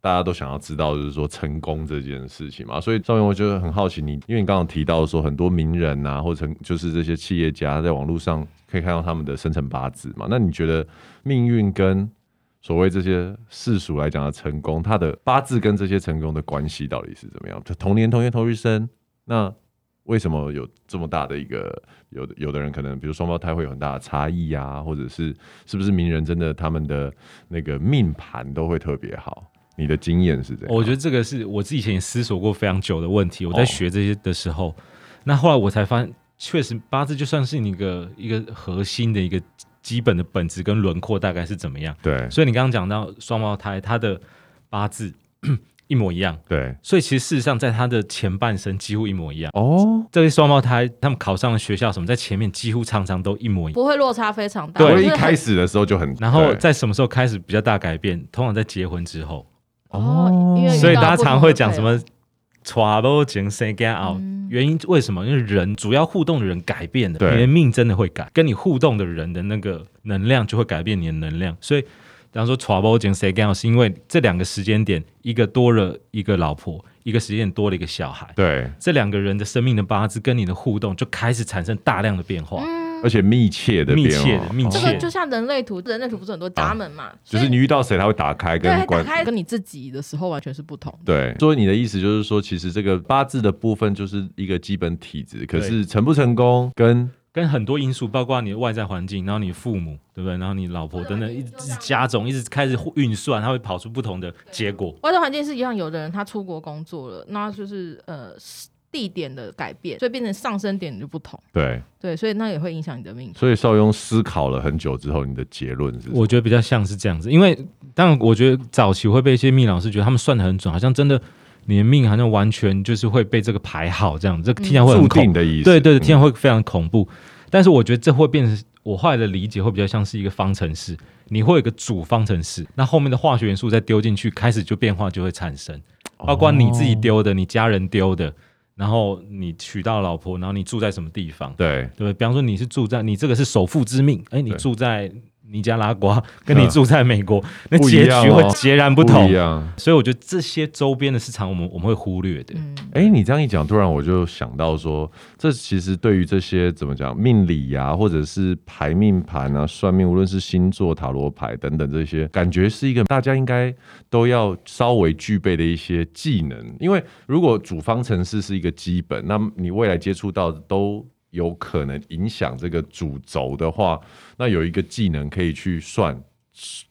Speaker 1: 大家都想要知道，就是说成功这件事情嘛。所以，上面我觉得很好奇你，因为你刚刚提到说很多名人啊，或者就是这些企业家在网络上可以看到他们的生辰八字嘛。那你觉得命运跟所谓这些世俗来讲的成功，它的八字跟这些成功的关系到底是怎么样？就同年同月同日生，那为什么有这么大的一个有的有的人可能，比如双胞胎会有很大的差异啊，或者是是不是名人真的他们的那个命盘都会特别好？你的经验是这样？
Speaker 3: 我觉得这个是我自己以前也思索过非常久的问题。我在
Speaker 1: 哦
Speaker 3: 学这些的时候，那后来我才发现，确实八字就算是你一个一个核心的一个基本的本质跟轮廓大概是怎么样。
Speaker 1: 对
Speaker 3: 所以你刚刚讲到双胞胎，他的八字 一模一样，
Speaker 1: 对
Speaker 3: 所以其实事实上在他的前半生几乎一模一样。
Speaker 1: 哦，
Speaker 3: 这些双胞胎他们考上了学校什么，在前面几乎常常都一模一样。
Speaker 2: 不会落差非常大。
Speaker 3: 对
Speaker 1: 所
Speaker 2: 就
Speaker 1: 以一
Speaker 2: 是很
Speaker 1: 开始的时候就很，
Speaker 3: 然后
Speaker 1: 对
Speaker 3: 在什么时候开始比较大改变？通常在结婚之后，
Speaker 2: 哦因为遇到
Speaker 3: 所以大家
Speaker 2: 不同
Speaker 3: 常
Speaker 2: 的
Speaker 3: 会讲
Speaker 2: 配
Speaker 3: 什
Speaker 2: 偶
Speaker 3: 么 “trouble 前 say get out”，、原
Speaker 2: 嗯
Speaker 3: 因为什么？因为人主要互动的人改变了，
Speaker 1: 对
Speaker 3: 你的命真的会改，跟你互动的人的那个能量就会改变你的能量。所以，比方说 “trouble 前 say get out” 是因为这两个时间点，一个多了一个老婆，一个时间点多了一个小孩，
Speaker 1: 对，
Speaker 3: 这两个人的生命的八字跟你的互动就开始产生大量的变化。
Speaker 2: 嗯
Speaker 1: 而且密切的
Speaker 3: 密
Speaker 1: 变
Speaker 3: 切
Speaker 1: 化
Speaker 3: 的密
Speaker 1: 哦
Speaker 2: 这
Speaker 3: 切
Speaker 2: 个就像人类图，人类图不是很多闸门嘛，
Speaker 1: 啊就
Speaker 2: 所以
Speaker 1: 是你遇到谁他会打开跟
Speaker 2: 对打
Speaker 1: 关
Speaker 2: 开跟你自己的时候完全是不同的。
Speaker 1: 对，所以你的意思就是说，其实这个八字的部分就是一个基本体质，可
Speaker 3: 对
Speaker 1: 是成不成功跟
Speaker 3: 跟很多因素，包括你的外在环境，然后你父母，对不对？然后你老婆等等，一直加总，一直开始运算，它会跑出不同的结果。
Speaker 2: 外在环境是一样，有的人他出国工作了，那就是呃地点的改变，所以变成上升点就不同，
Speaker 1: 对，
Speaker 2: 对，所以那也会影响你的命
Speaker 1: 所以邵雍思考了很久之后，你的结论是什么
Speaker 3: 我觉得比较像是这样子，因为当然，我觉得早期会被一些命老师觉得他们算的很准，好像真的你的命好像完全就是会被这个排好这样，这个听起来会很
Speaker 1: 注
Speaker 3: 恐
Speaker 1: 定的意思，
Speaker 3: 对对，
Speaker 1: 嗯
Speaker 3: 听起来会非常恐怖。但是我觉得这会变成我后来的理解会比较像是一个方程式，你会有一个主方程式，那后面的化学元素再丢进去，开始就变化就会产生，
Speaker 1: 哦
Speaker 3: 包括你自己丢的，你家人丢的，然后你娶到老婆，然后你住在什么地方，
Speaker 1: 对
Speaker 3: 对不对？比方说你是住在你这个是首富之命，哎，你
Speaker 1: 对
Speaker 3: 住在尼加拉瓜， 跟你
Speaker 1: 嗯
Speaker 3: 住在美 国，那
Speaker 1: 不一
Speaker 3: 结
Speaker 1: 样
Speaker 3: 局会
Speaker 1: 哦
Speaker 3: 截然不同
Speaker 1: 一。样。
Speaker 3: 所以我觉得这些周边的市场，我们我们会忽略的。
Speaker 2: 嗯，
Speaker 1: 哎、你这样一讲，突然我就想到说，这其实对于这些怎么讲命理呀、或者是排命盘啊、算命，无论是星座、塔罗牌等等这些，感觉是一个大家应该都要稍微具备的一些技能。因为如果主方程式是一个基本，那么你未来接触到的都有可能影响这个主轴的话，那有一个技能可以去算，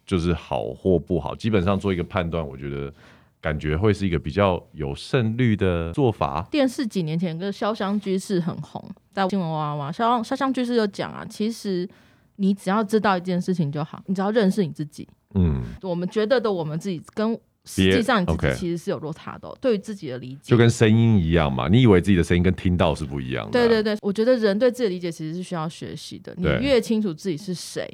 Speaker 1: 就是好或不好，基本上做一个判断，我觉得。感觉会是一个比较有胜率的做法。
Speaker 2: 电视几年前跟潇湘居士很红，在新闻娃娃，潇湘潇湘居士就讲啊，其实你只要知道一件事情就好，你只要认识你自己，
Speaker 1: 嗯，
Speaker 2: 我们觉得的我们自己跟实
Speaker 1: 别
Speaker 2: 际上你自
Speaker 1: OK
Speaker 2: 己其实是有落差的哦、对于自己的理解
Speaker 1: 就。跟声音一样嘛，你以为自己的声音跟听到是不一样的，啊
Speaker 2: 对对，对，我觉得人对自己的理解其实是需要学习的。你
Speaker 1: 对
Speaker 2: 越清楚自己是谁，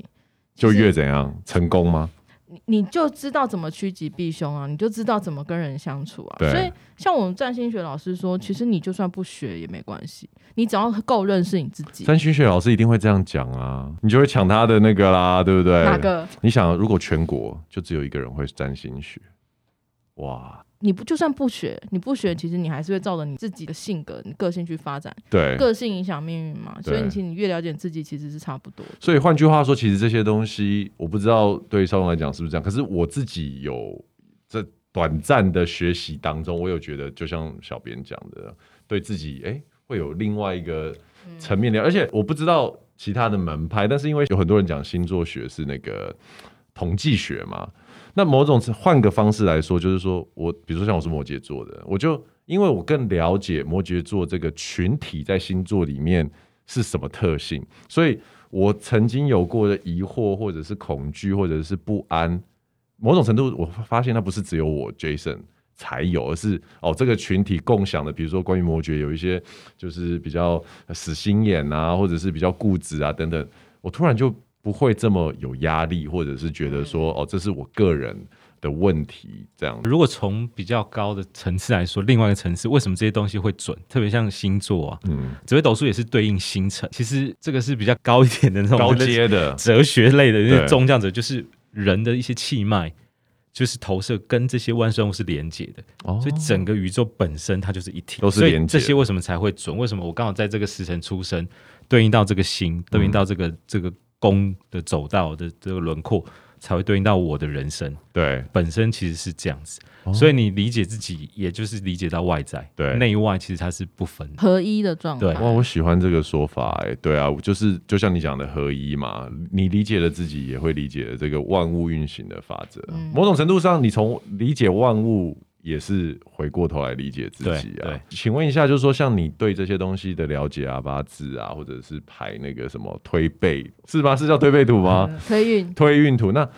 Speaker 1: 就
Speaker 2: 其实
Speaker 1: 越怎样成功吗？
Speaker 2: 你你就知道怎么趋吉避凶啊，你就知道怎么跟人相处啊。
Speaker 1: 对
Speaker 2: 所以，像我们占星学老师说，其实你就算不学也没关系，你只要够认识你自己。
Speaker 1: 三星雪老师一定会这样讲啊，你就会抢他的那个啦，对不对？
Speaker 2: 哪？个？
Speaker 1: 你想，如果全国就只有一个人会占星学，哇，
Speaker 2: 你不就算不学，你不学，其实你还是会照着你自己的性格、你个性去发展。
Speaker 1: 对，
Speaker 2: 个性影响命运嘛，所以
Speaker 1: 对
Speaker 2: 你其实你越了解你自己，其实是差不多的。
Speaker 1: 所以换句话说，其实这些东西，我不知道对于邵龙来讲是不是这样，可是我自己有这短暂的学习当中，我有觉得，就像小编讲的，对自己哎、诶会有另外一个层面的，而且我不知道其他的门派，但是因为有很多人讲星座学是那个统计学嘛，那某种换个方式来说，就是说我比如说像我是摩羯座的，我就因为我更了解摩羯座这个群体在星座里面是什么特性，所以我曾经有过的疑惑，或者是恐惧，或者是不安，某种程度我发现那不是只有我 Jason 才有，而是哦这个群体共享的，比如说关于摩羯有一些就是比较呃死心眼啊，或者是比较固执啊等等，我突然就不会这么有压力，或者是觉得
Speaker 3: 嗯
Speaker 1: 说哦这是我个人的问题这样。
Speaker 3: 如果从比较高的层次来说，另外一个层次，为什么这些东西会准？特别像星座啊，
Speaker 1: 嗯，
Speaker 3: 紫微斗数也是对应星辰。其实这个是比较高一点的那种
Speaker 1: 高阶的，
Speaker 3: 哲学类的，因
Speaker 1: 对
Speaker 3: 为宗教者就是人的一些气脉就是投射跟这些万事万物是连接的，
Speaker 1: 哦
Speaker 3: 所以整个宇宙本身它就是一体，
Speaker 1: 都是
Speaker 3: 所以
Speaker 1: 连结
Speaker 3: 这些为什么才会准？为什么我刚好在这个时辰出生，对应到这个星，对应到这个、这个宫的走道的这个轮廓，才会对应到我的人生
Speaker 1: 对
Speaker 3: 本身其实是这样子。
Speaker 1: 哦
Speaker 3: 所以你理解自己，也就是理解到外在，
Speaker 1: 对
Speaker 3: 内外其实它是不分的。
Speaker 2: 合一的状态
Speaker 3: 对。哦
Speaker 1: 哇，我喜欢这个说法、哎，对啊，就是就像你讲的合一嘛，你理解了自己，也会理解了这个万物运行的法则。
Speaker 2: 嗯
Speaker 1: 某种程度上，你从理解万物，也是回过头来理解自己
Speaker 3: 对
Speaker 1: 啊
Speaker 3: 对。
Speaker 1: 请问一下，就是说，像你对这些东西的了解啊，八字啊，或者是排那个什么推背，是吗？是叫推背图吗？
Speaker 3: 哦
Speaker 2: 推嗯运
Speaker 1: 推运图那，哎、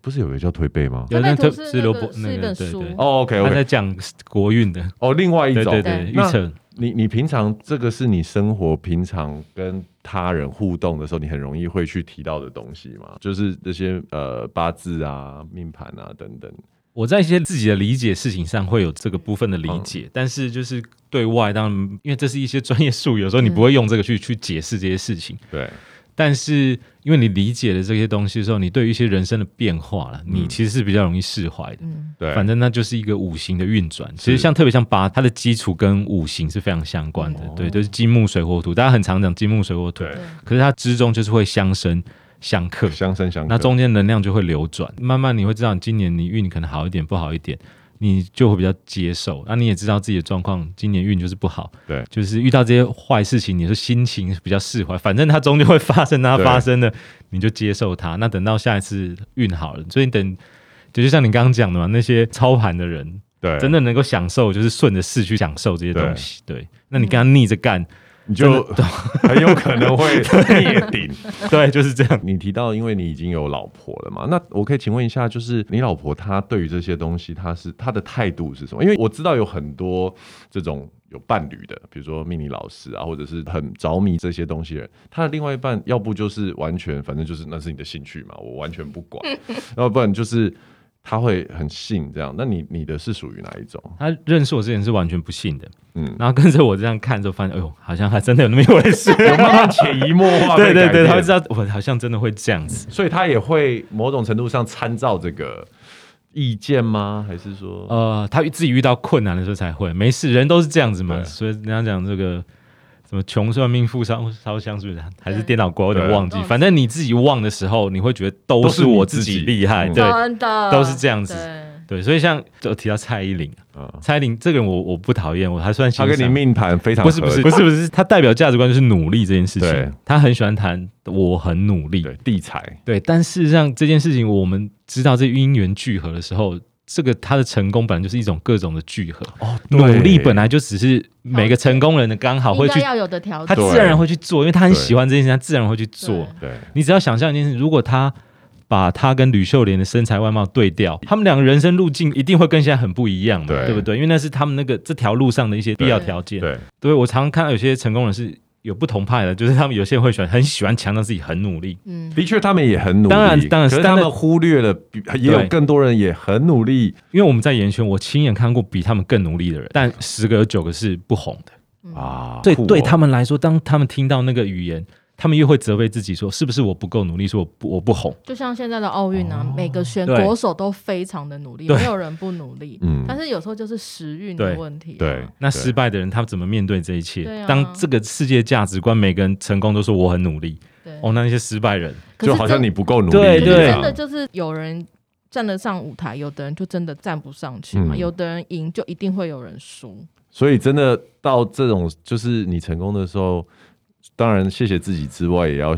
Speaker 1: 不是有个叫推背吗？
Speaker 3: 有
Speaker 2: 那
Speaker 3: 人
Speaker 2: 本
Speaker 3: 特
Speaker 2: 图是
Speaker 3: 是
Speaker 2: 那
Speaker 3: 罗
Speaker 2: 个
Speaker 3: 伯
Speaker 2: 是
Speaker 3: 那
Speaker 2: 一
Speaker 3: 个
Speaker 2: 本
Speaker 3: 对
Speaker 2: 书
Speaker 3: 对，
Speaker 1: 哦，OK
Speaker 3: 他
Speaker 1: OK，
Speaker 3: 在讲国运的，
Speaker 1: 哦，另外一
Speaker 3: 对
Speaker 1: 种，
Speaker 3: 对对，预
Speaker 1: 那
Speaker 3: 测
Speaker 1: 你你平常这个是你生活平常跟他人互动的时候，你很容易会去提到的东西吗？就是这些呃八字啊、命盘啊等等。
Speaker 3: 我在一些自己的理解事情上会有这个部分的理
Speaker 1: 嗯
Speaker 3: 解，但是就是对外，当然因为这是一些专业术语，有时候你
Speaker 2: 嗯
Speaker 3: 不会用这个去、去解释这些事情。
Speaker 1: 对，
Speaker 3: 但是因为你理解了这些东西的时候，你对于一些人生的变化了，你其实是比较容易释怀的。
Speaker 2: 嗯，
Speaker 1: 嗯对，
Speaker 3: 反正那就是一个五行的运转，其实像特别像八，它的基础跟五行是非常相关的，
Speaker 1: 哦
Speaker 3: 对，就是金木水火土，大家很常讲金木水火土，
Speaker 1: 对
Speaker 3: 可是它之中就是会相生相克，
Speaker 1: 相生相克。
Speaker 3: 那中间能量就会流转，慢慢你会知道，今年你运可能好一点，不好一点，你就会比较接受。那你也知道自己的状况，今年运就是不好，
Speaker 1: 对
Speaker 3: 就是遇到这些坏事情，你是心情比较释怀，反正它终究会发生，它
Speaker 1: 对
Speaker 3: 发生了，你就接受它。那等到下一次运好了，所以等。就就像你刚刚讲的嘛，那些操盘的人
Speaker 1: 对，
Speaker 3: 真的能够享受，就是顺着势去享受这些东西。对，那你跟他逆着干，
Speaker 1: 你就 很有可能会灭顶。
Speaker 3: 对，就是这样。
Speaker 1: 你提到，因为你已经有老婆了嘛，那我可以请问一下，就是你老婆她对于这些东西，她是她的态度是什么？因为我知道有很多这种有伴侣的，比如说命理老师啊，或者是很着迷这些东西的人，他的另外一半要不就是完全，反正就是那是你的兴趣嘛，我完全不 管，要不然就是他会很信这样。那你你的是属于哪一种？
Speaker 3: 他认识我之前是完全不信的，
Speaker 1: 嗯
Speaker 3: 嗯，然后跟着我这样看之后，发现，哎呦，好像还真的有那么一回事。
Speaker 1: 有慢慢潜移默化被
Speaker 3: 对对
Speaker 1: 改变，
Speaker 3: 对，他会知道我好像真的会这样子。
Speaker 1: 所以他也会某种程度上参照这个意见吗？还是说？
Speaker 3: 呃，他自己遇到困难的时候才会，没事，人都是这样子嘛。
Speaker 1: 对
Speaker 3: 所以人家讲这个什么穷算命，富烧烧香，是不是？还是颠倒锅，我有点
Speaker 1: 对啊
Speaker 3: 忘记
Speaker 2: 忘。记
Speaker 3: 反正你自己忘的时候，你会觉得都
Speaker 1: 都是
Speaker 3: 是我
Speaker 1: 你自
Speaker 3: 自
Speaker 1: 己
Speaker 3: 己厉害，
Speaker 1: 嗯
Speaker 3: 对
Speaker 2: 真的
Speaker 3: 都是这样子
Speaker 2: 哦对
Speaker 3: 对。所以像就提到蔡依林，
Speaker 1: 嗯
Speaker 3: 蔡依林这个人我我不讨厌，我还算欣
Speaker 1: 他
Speaker 3: 赏。
Speaker 1: 跟你命盘非常
Speaker 3: 不是不是
Speaker 1: 合
Speaker 3: 不是不是，他代表价值观就是努力这件事
Speaker 1: 对
Speaker 3: 情。他很喜欢谈我很努力，
Speaker 1: 对地财，
Speaker 3: 对，但事实上这件事情，我们知道这因缘聚合的时候，这个他的成功本来就是一种各种的聚合，
Speaker 1: 哦
Speaker 3: 努力本来就只是每个成功人的刚好会
Speaker 2: 应
Speaker 3: 去
Speaker 2: 该，要有的条
Speaker 3: 他
Speaker 2: 件。
Speaker 3: 自然而然会去做，因为他很喜欢这件事情，他自然会去做。
Speaker 1: 对
Speaker 3: 你只要想象一件事情，如果他把他跟吕秀莲的身材外貌对调，他们两个人生路径一定会跟现在很不一样嘛，
Speaker 1: 对
Speaker 3: 对不对？因为那是他们那个这条路上的一些必要条件。
Speaker 1: 对
Speaker 3: 对我常常看到有些成功人是有不同派的，就是他们有些人会喜欢很喜欢强调自己很努力，
Speaker 2: 嗯，
Speaker 1: 的确他们也很努力，
Speaker 3: 当然当然
Speaker 1: 可是他
Speaker 3: 但那
Speaker 1: 们忽略了比，也有
Speaker 3: 对
Speaker 1: 更多人也很努力
Speaker 3: 因为我们在演艺圈，我亲眼看过比他们更努力的人，但十个有九个是不红的。
Speaker 2: 嗯
Speaker 1: 啊，
Speaker 3: 所以
Speaker 1: 酷哦
Speaker 3: 对他们来说，当他们听到那个语言，他们又会责备自己说：“是不是我不够努力，说我不我不红
Speaker 2: 就像现在的奥运啊，每个选
Speaker 3: 哦对
Speaker 2: 国手都非常的努力，
Speaker 3: 对
Speaker 2: 没有人不努力。
Speaker 1: 嗯
Speaker 2: 但是有时候就是时运的
Speaker 3: 对
Speaker 2: 问题啊。
Speaker 1: 对？”
Speaker 3: 那失败的人，他怎么面对这一切？
Speaker 2: 对啊
Speaker 3: 当这个世界价值观，每个人成功都说我很努力，
Speaker 2: 对
Speaker 3: 哦，那那些失败人，
Speaker 2: 可是
Speaker 1: 就好像
Speaker 2: 真
Speaker 1: 你不够努力
Speaker 3: 对
Speaker 1: 一
Speaker 2: 可
Speaker 1: 样，
Speaker 2: 是
Speaker 3: 哎对
Speaker 2: 真的就是有人站得上舞台，有的人就真的站不上去嘛。
Speaker 1: 嗯
Speaker 2: 有的人赢就一定会有人输，
Speaker 1: 所以真的到这种就是你成功的时候，当然谢谢自己之外，也要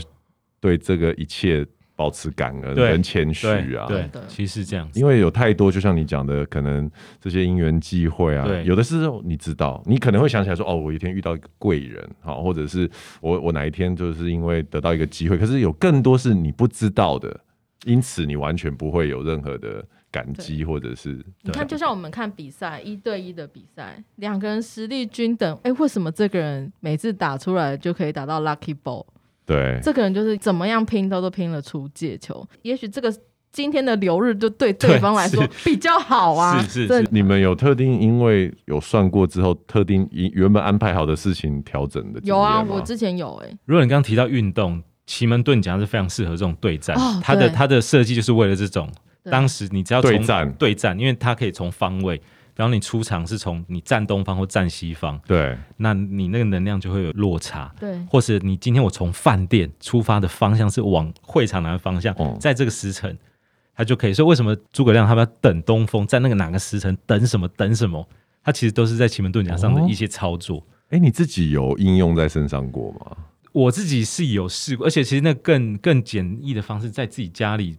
Speaker 1: 对这个一切保持感恩
Speaker 3: 对
Speaker 1: 跟谦虚
Speaker 3: 对
Speaker 1: 啊，
Speaker 3: 对
Speaker 2: 真的，
Speaker 3: 其实是这样子。
Speaker 1: 因为有太多，就像你讲的，可能这些因缘际会啊，
Speaker 3: 对
Speaker 1: 有的时候你知道，你可能会想起来说，哦，我有一天遇到一个贵人，好，或者是我我哪一天就是因为得到一个机会，可是有更多是你不知道的，因此你完全不会有任何的感激或者是
Speaker 2: 你
Speaker 3: 对
Speaker 2: 看，就像我们看比赛，一对一的比赛，两个人实力均等，哎，为什么这个人每次打出来就可以打到 lucky ball？
Speaker 1: 对
Speaker 2: 这个人就是怎么样拼都都拼了出界球。也许这个今天的流日就对对
Speaker 3: 对
Speaker 2: 方来说比较好啊。
Speaker 3: 是是
Speaker 2: 这
Speaker 3: 是
Speaker 1: 你们有特定因为有算过之后，特定原原本安排好的事情调整的经
Speaker 2: 有啊，
Speaker 1: 验吗
Speaker 2: 我之前有哎、
Speaker 3: 如果你刚刚提到运动，奇门遁甲是非常适合这种对战，
Speaker 2: 哦
Speaker 3: 它的
Speaker 2: 对
Speaker 3: 它的设计就是为了这种
Speaker 2: 对
Speaker 3: 当时你只要
Speaker 1: 对
Speaker 3: 从
Speaker 1: 战
Speaker 3: 对战，因为它可以从方位，比方你出场是从你站东方或站西方，
Speaker 1: 对，
Speaker 3: 那你那个能量就会有落差。
Speaker 2: 对，
Speaker 3: 或是你今天我从饭店出发的方向是往会场哪个方向，
Speaker 1: 哦
Speaker 3: 在这个时辰，他就可以。所以为什么诸葛亮他们要等东风，在那个哪个时辰等什么等什么，他其实都是在奇门遁甲上
Speaker 1: 哦
Speaker 3: 的一些操作。
Speaker 1: 哎，你自己有应用在身上过吗？
Speaker 3: 我自己是有试过，而且其实那更更简易的方式，在自己家里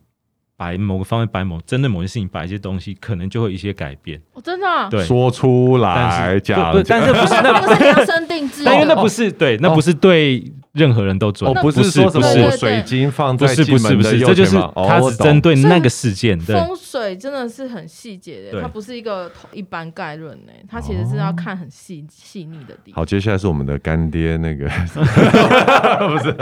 Speaker 3: 摆某个方面摆某针对某些事情摆一些东西，可能就会有一些改变。
Speaker 2: 我真的 啊，
Speaker 3: 对
Speaker 1: 说出
Speaker 3: 但
Speaker 1: 来
Speaker 3: 是
Speaker 1: 讲
Speaker 3: 不不，
Speaker 1: 讲
Speaker 3: 但是不是那
Speaker 2: 不是量身定制的，哦
Speaker 3: 但因为那不是对，那不是对任何人都准
Speaker 1: 哦，，
Speaker 2: 那
Speaker 1: 不
Speaker 3: 不
Speaker 1: 是
Speaker 3: 是
Speaker 1: 说什
Speaker 3: 不
Speaker 1: 么
Speaker 3: 是
Speaker 1: 我水晶放
Speaker 3: 不
Speaker 1: 在
Speaker 3: 是
Speaker 1: 进
Speaker 3: 不是
Speaker 1: 门
Speaker 3: 不
Speaker 1: 的
Speaker 3: 是，
Speaker 1: 右
Speaker 3: 这就是
Speaker 1: 前方哦
Speaker 3: 它
Speaker 1: 我
Speaker 3: 是
Speaker 1: 懂
Speaker 3: 针对
Speaker 2: 所以
Speaker 3: 那个事件，对
Speaker 2: 风水真的是很细节的，
Speaker 3: 对哦
Speaker 2: 它不是一个一般概论呢，它其实是要看很细细腻的地方。
Speaker 1: 好，接下来是我们的干爹那 个，不是，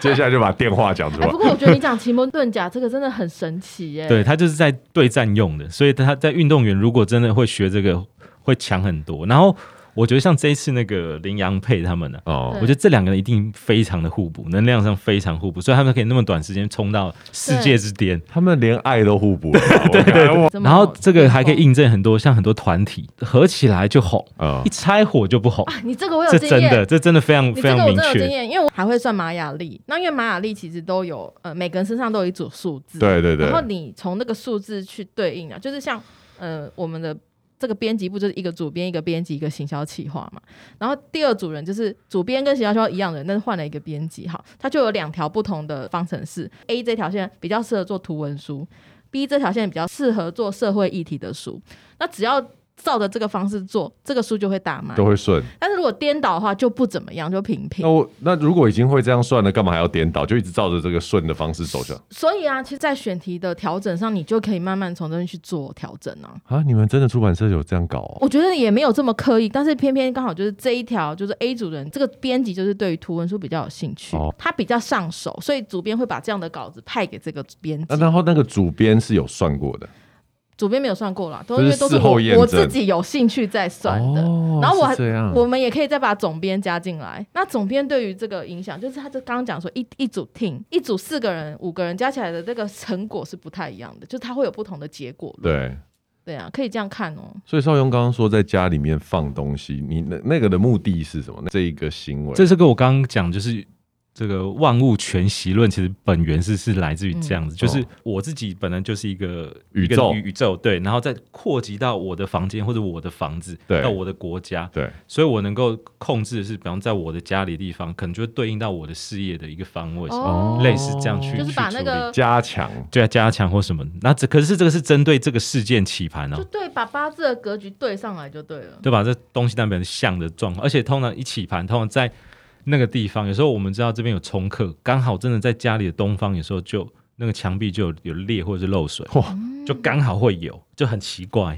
Speaker 1: 接下来就把电话讲出
Speaker 2: 哎，
Speaker 1: 来
Speaker 2: 不。过我觉得你讲奇门遁甲这个真的很神奇耶。
Speaker 3: 对，，它就是在对战用的，所以它在运动员如果真的会学这个，会强很多。然后我觉得像这一次那个林洋配他们呢、
Speaker 1: 哦
Speaker 3: 我
Speaker 2: 对，
Speaker 3: 觉得这两个人一定非常的互补，能量上非常互补，所以他们可以那么短时间冲到世界之巅。
Speaker 1: 他们连爱都互 补了吧，对对对，
Speaker 2: 怎么
Speaker 3: 然后这个还可以印证很多，像很多团体合起来就红，
Speaker 1: 嗯
Speaker 3: 一拆伙就不红，
Speaker 2: 啊你啊这个我有
Speaker 3: 这
Speaker 2: 经
Speaker 3: 真
Speaker 2: 验
Speaker 3: 的，这真的非常
Speaker 2: 你
Speaker 3: 非
Speaker 2: 这个我
Speaker 3: 常
Speaker 2: 真
Speaker 3: 明
Speaker 2: 的有经
Speaker 3: 确。
Speaker 2: 验，因为我还会算玛雅历。那因为玛雅历其实都有，呃，每个人身上都有一组数字。。
Speaker 1: 嗯对对对
Speaker 2: 然，后你从那个数字去对应啊，就是像呃我们的这个编辑部就是一个主编、一个编辑、一个行销企划嘛。然后第二组人就是主编跟行销企划一样的人，但是换了一个编辑，好，他就有两条不同的方程式。A 这条线比较适合做图文书，B 这条线比较适合做社会议题的书。那只要照着这个方式做，这个书就会大卖。
Speaker 1: 都会哦顺。
Speaker 2: 但是如果颠倒的话，就不怎么样，就平平
Speaker 1: 那。我那如果已经会这样算了，干嘛还要颠倒？就一直照着这个顺的方式走着
Speaker 2: 所以啊，其实，在选题的调整上，你就可以慢慢从这边去做调整啊。
Speaker 1: 啊！你们真的出版社有这样搞哦？
Speaker 2: 我觉得也没有这么刻意，但是偏偏刚好就是这一条，就是 A 主人这个编辑就是对于图文书比较有兴趣，
Speaker 1: 哦
Speaker 2: 他比较上手，所以主编会把这样的稿子派给这个编
Speaker 1: 那
Speaker 2: 辑。
Speaker 1: 然后那个主编是有算过的，
Speaker 2: 主编没有算过啦，都
Speaker 1: 就是
Speaker 2: 因为都是
Speaker 1: 事后验
Speaker 2: 我
Speaker 1: 证
Speaker 2: 我自己有兴趣在算的。
Speaker 1: 哦
Speaker 2: 然后我还
Speaker 1: 是这样
Speaker 2: 我们也可以再把总编加进来。那总编对于这个影响，就是他这刚刚讲说一一组 team，一组四个人、五个人加起来的这个成果是不太一样的，就是它会有不同的结果论。
Speaker 1: 对。
Speaker 2: 对啊，可以这样看哦。
Speaker 1: 所以邵勇刚刚说在家里面放东西，你那那个的目的是什么？那这一个行为，
Speaker 3: 这是跟我刚刚讲，就是这个万物全息论，其实本源是是来自于
Speaker 2: 嗯
Speaker 3: 这样子，就是我自己本来就是一个
Speaker 1: 宇宙
Speaker 3: 一个宇宙对，然后再扩及到我的房间或者我的房子，
Speaker 1: 对
Speaker 3: 到我的国家，
Speaker 1: 对
Speaker 3: 所以我能够控制的是，比方在我的家里的地方，可能就会对应到我的事业的一个方位，
Speaker 2: 哦
Speaker 3: 类似这样去，
Speaker 2: 就是把那个
Speaker 1: 加强
Speaker 3: 对啊加强或什么，那这可是这个是针对这个事件起盘哦
Speaker 2: 就。对，把八字的格局对上来就对了。
Speaker 3: 对吧？这东西南北向的状况，而且通常一起盘，通常在那个地方，有时候我们知道这边有冲克，刚好真的在家里的东方，有时候就那个墙壁就有有裂或者是漏
Speaker 2: 哦
Speaker 3: 水，
Speaker 1: 哇
Speaker 3: 就刚好会有，就很奇怪。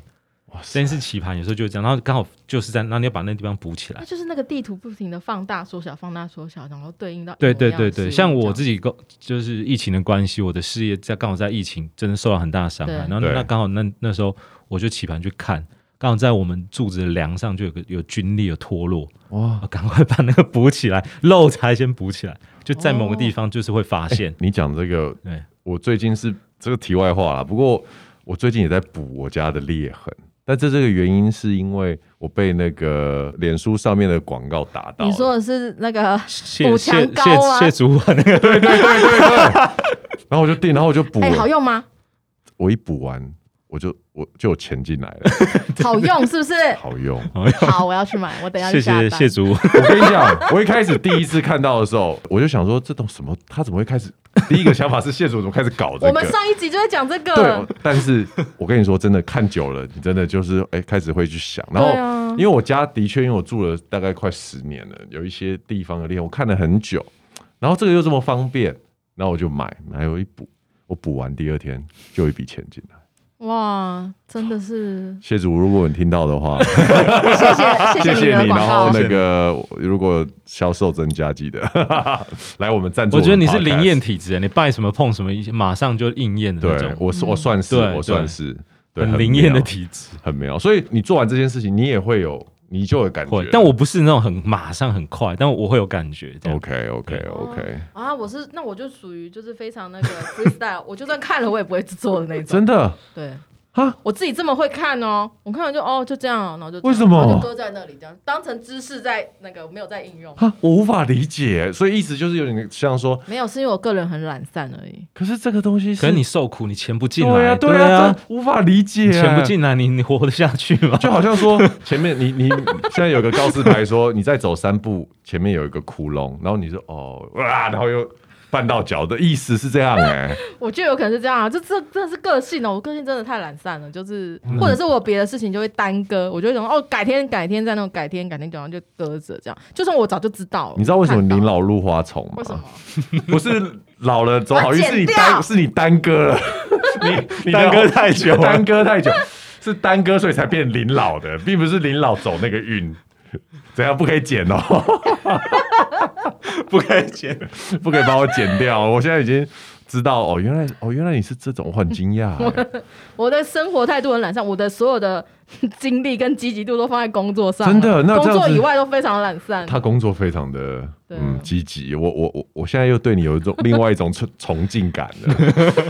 Speaker 1: 哇塞
Speaker 3: 先是起盘，有时候就这样，然后刚好就是在，然后你要把那地方补起
Speaker 2: 那
Speaker 3: 来。
Speaker 2: 就是那个地图不停的放大缩小，放大缩小，然后对应到
Speaker 3: 对对对对，像我自
Speaker 2: 己
Speaker 3: 己工就是疫情的关系，我的事业在刚好在疫情真的受到很大的伤害，
Speaker 2: 对
Speaker 3: 然后
Speaker 1: 对
Speaker 3: 那刚好那那时候我就起盘去看，刚好在我们柱子的梁上就有个有菌裂有脱落，
Speaker 1: 哇！
Speaker 3: 啊赶快把那个补起来，漏才先补起来，就在
Speaker 2: 哦
Speaker 3: 某个地方就是会发现。
Speaker 1: 你讲这个，
Speaker 3: 对，
Speaker 1: 我最近是这个题外话啦，不过我最近也在补我家的裂痕。但这这个原因是因为我被那个脸书上面的广告打到了。
Speaker 2: 你说的是那个
Speaker 3: 谢
Speaker 2: 补
Speaker 3: 谢
Speaker 2: 墙
Speaker 3: 谢
Speaker 2: 膏啊
Speaker 3: 谢主管那 个
Speaker 1: 对对对对对。然后我就订，然后我就补
Speaker 2: 哎、
Speaker 1: 了，
Speaker 2: 好用吗？
Speaker 1: 我一补完我就我就有钱进来了，
Speaker 2: 好用是 不是？
Speaker 1: 好用。
Speaker 2: 好，我要去买，我等一下
Speaker 3: 谢
Speaker 2: 去下
Speaker 3: 谢
Speaker 2: 单。
Speaker 3: 谢 主管，
Speaker 1: 我跟你讲，我一开始第一次看到的时候，我就想说这种什么，他怎么会开始？第一个想法是谢主怎么开始搞这个？
Speaker 2: 我们上一集就在讲这个
Speaker 1: 对，，但是我跟你说，真的看久了，你真的就是哎、开始会去想。然后，
Speaker 2: 对啊
Speaker 1: 因为我家的确，因为我住了大概快十年了，有一些地方的店我看了很久，然后这个又这么方便，然后我就买，买有一补，我补完第二天就有一笔钱进来。
Speaker 2: 哇，真 的是
Speaker 1: 谢主，如果你听到的话，
Speaker 2: 谢
Speaker 1: 谢
Speaker 2: 谢谢你
Speaker 1: 谢
Speaker 2: 的
Speaker 1: 你。
Speaker 2: 广
Speaker 1: 然后
Speaker 2: 告。
Speaker 1: 那个，如果销售增加，记得 来我们赞助
Speaker 3: 我
Speaker 1: 们 podcast。
Speaker 3: 觉得你是灵验体质，你拜什么碰什么，马上就应验的那
Speaker 1: 对
Speaker 3: 种，
Speaker 1: 我是我
Speaker 2: 嗯
Speaker 1: 算是
Speaker 3: 对
Speaker 1: 我算是对
Speaker 3: 很灵验的
Speaker 1: 妙
Speaker 3: 体质。
Speaker 1: 很妙。所以你做完这件事情，你也会有你就有感觉
Speaker 3: 会。，但我不是那种很马上很快，但我会有感觉。这样
Speaker 1: OK OK
Speaker 3: 对
Speaker 1: OK，
Speaker 2: 啊，我是那我就属于就是非常 那个 freestyle，我就算看了我也不会做的那种。
Speaker 1: 真的
Speaker 2: 对，
Speaker 1: 啊，
Speaker 2: 我自己这么会看哦，我看完就哦就这样哦，然后就这样
Speaker 1: 为什么
Speaker 2: 然后就搁在那里这样当成知识在那个没有在应用？
Speaker 1: 啊，我无法理解，所以意思就是有点像说，
Speaker 2: 没有，是因为我个人很懒散而已。
Speaker 1: 可是这个东西
Speaker 3: 可
Speaker 1: 是
Speaker 3: 能你受苦，你钱不进
Speaker 1: 对
Speaker 3: 来，
Speaker 1: 啊
Speaker 3: 对
Speaker 1: 对啊，这无法理解
Speaker 3: 你
Speaker 1: 啊，
Speaker 3: 钱不进来，你你活得下去吗？
Speaker 1: 就好像 说前面你你现在有个告示牌说你再走三步，前面有一个窟窿，然后你说哦哇，然后又绊到脚的意思是这样哎、
Speaker 2: 我觉得有可能是这样啊，这这真的是个性哦，我个性真的太懒散了，就是
Speaker 1: 嗯
Speaker 2: 或者是我有别的事情就会耽搁，我就会想说哦，改天改天再弄，改天改天然后就搁着这样。就算我早就知道了，
Speaker 1: 你知道为什么
Speaker 2: 看到
Speaker 1: 您老入花丛吗？
Speaker 2: 为什么？
Speaker 1: 不是老了走好运，
Speaker 2: 把它
Speaker 1: 是
Speaker 2: 剪
Speaker 1: 你
Speaker 2: 掉
Speaker 1: 耽是你耽搁了， 你你的
Speaker 3: 耽搁太久了
Speaker 1: 耽搁太久是耽搁，所以才变临老的，并不是临老走那个运。怎样不可以剪 哦？
Speaker 3: 不可以钱，
Speaker 1: 不可以把我剪掉？哦我现在已经知道哦，原来哦，原来你是这种，我很惊讶欸、
Speaker 2: 我的生活态度很懒散，我的所有的 精力跟积极度都放在工作上了，
Speaker 1: 真的那这样
Speaker 2: 工
Speaker 1: 子
Speaker 2: 作以外都非常懒散。
Speaker 1: 他工作非常的
Speaker 2: 对啊
Speaker 1: 嗯积极，我我我我现在又对你有一种另外一种 崇崇敬感了，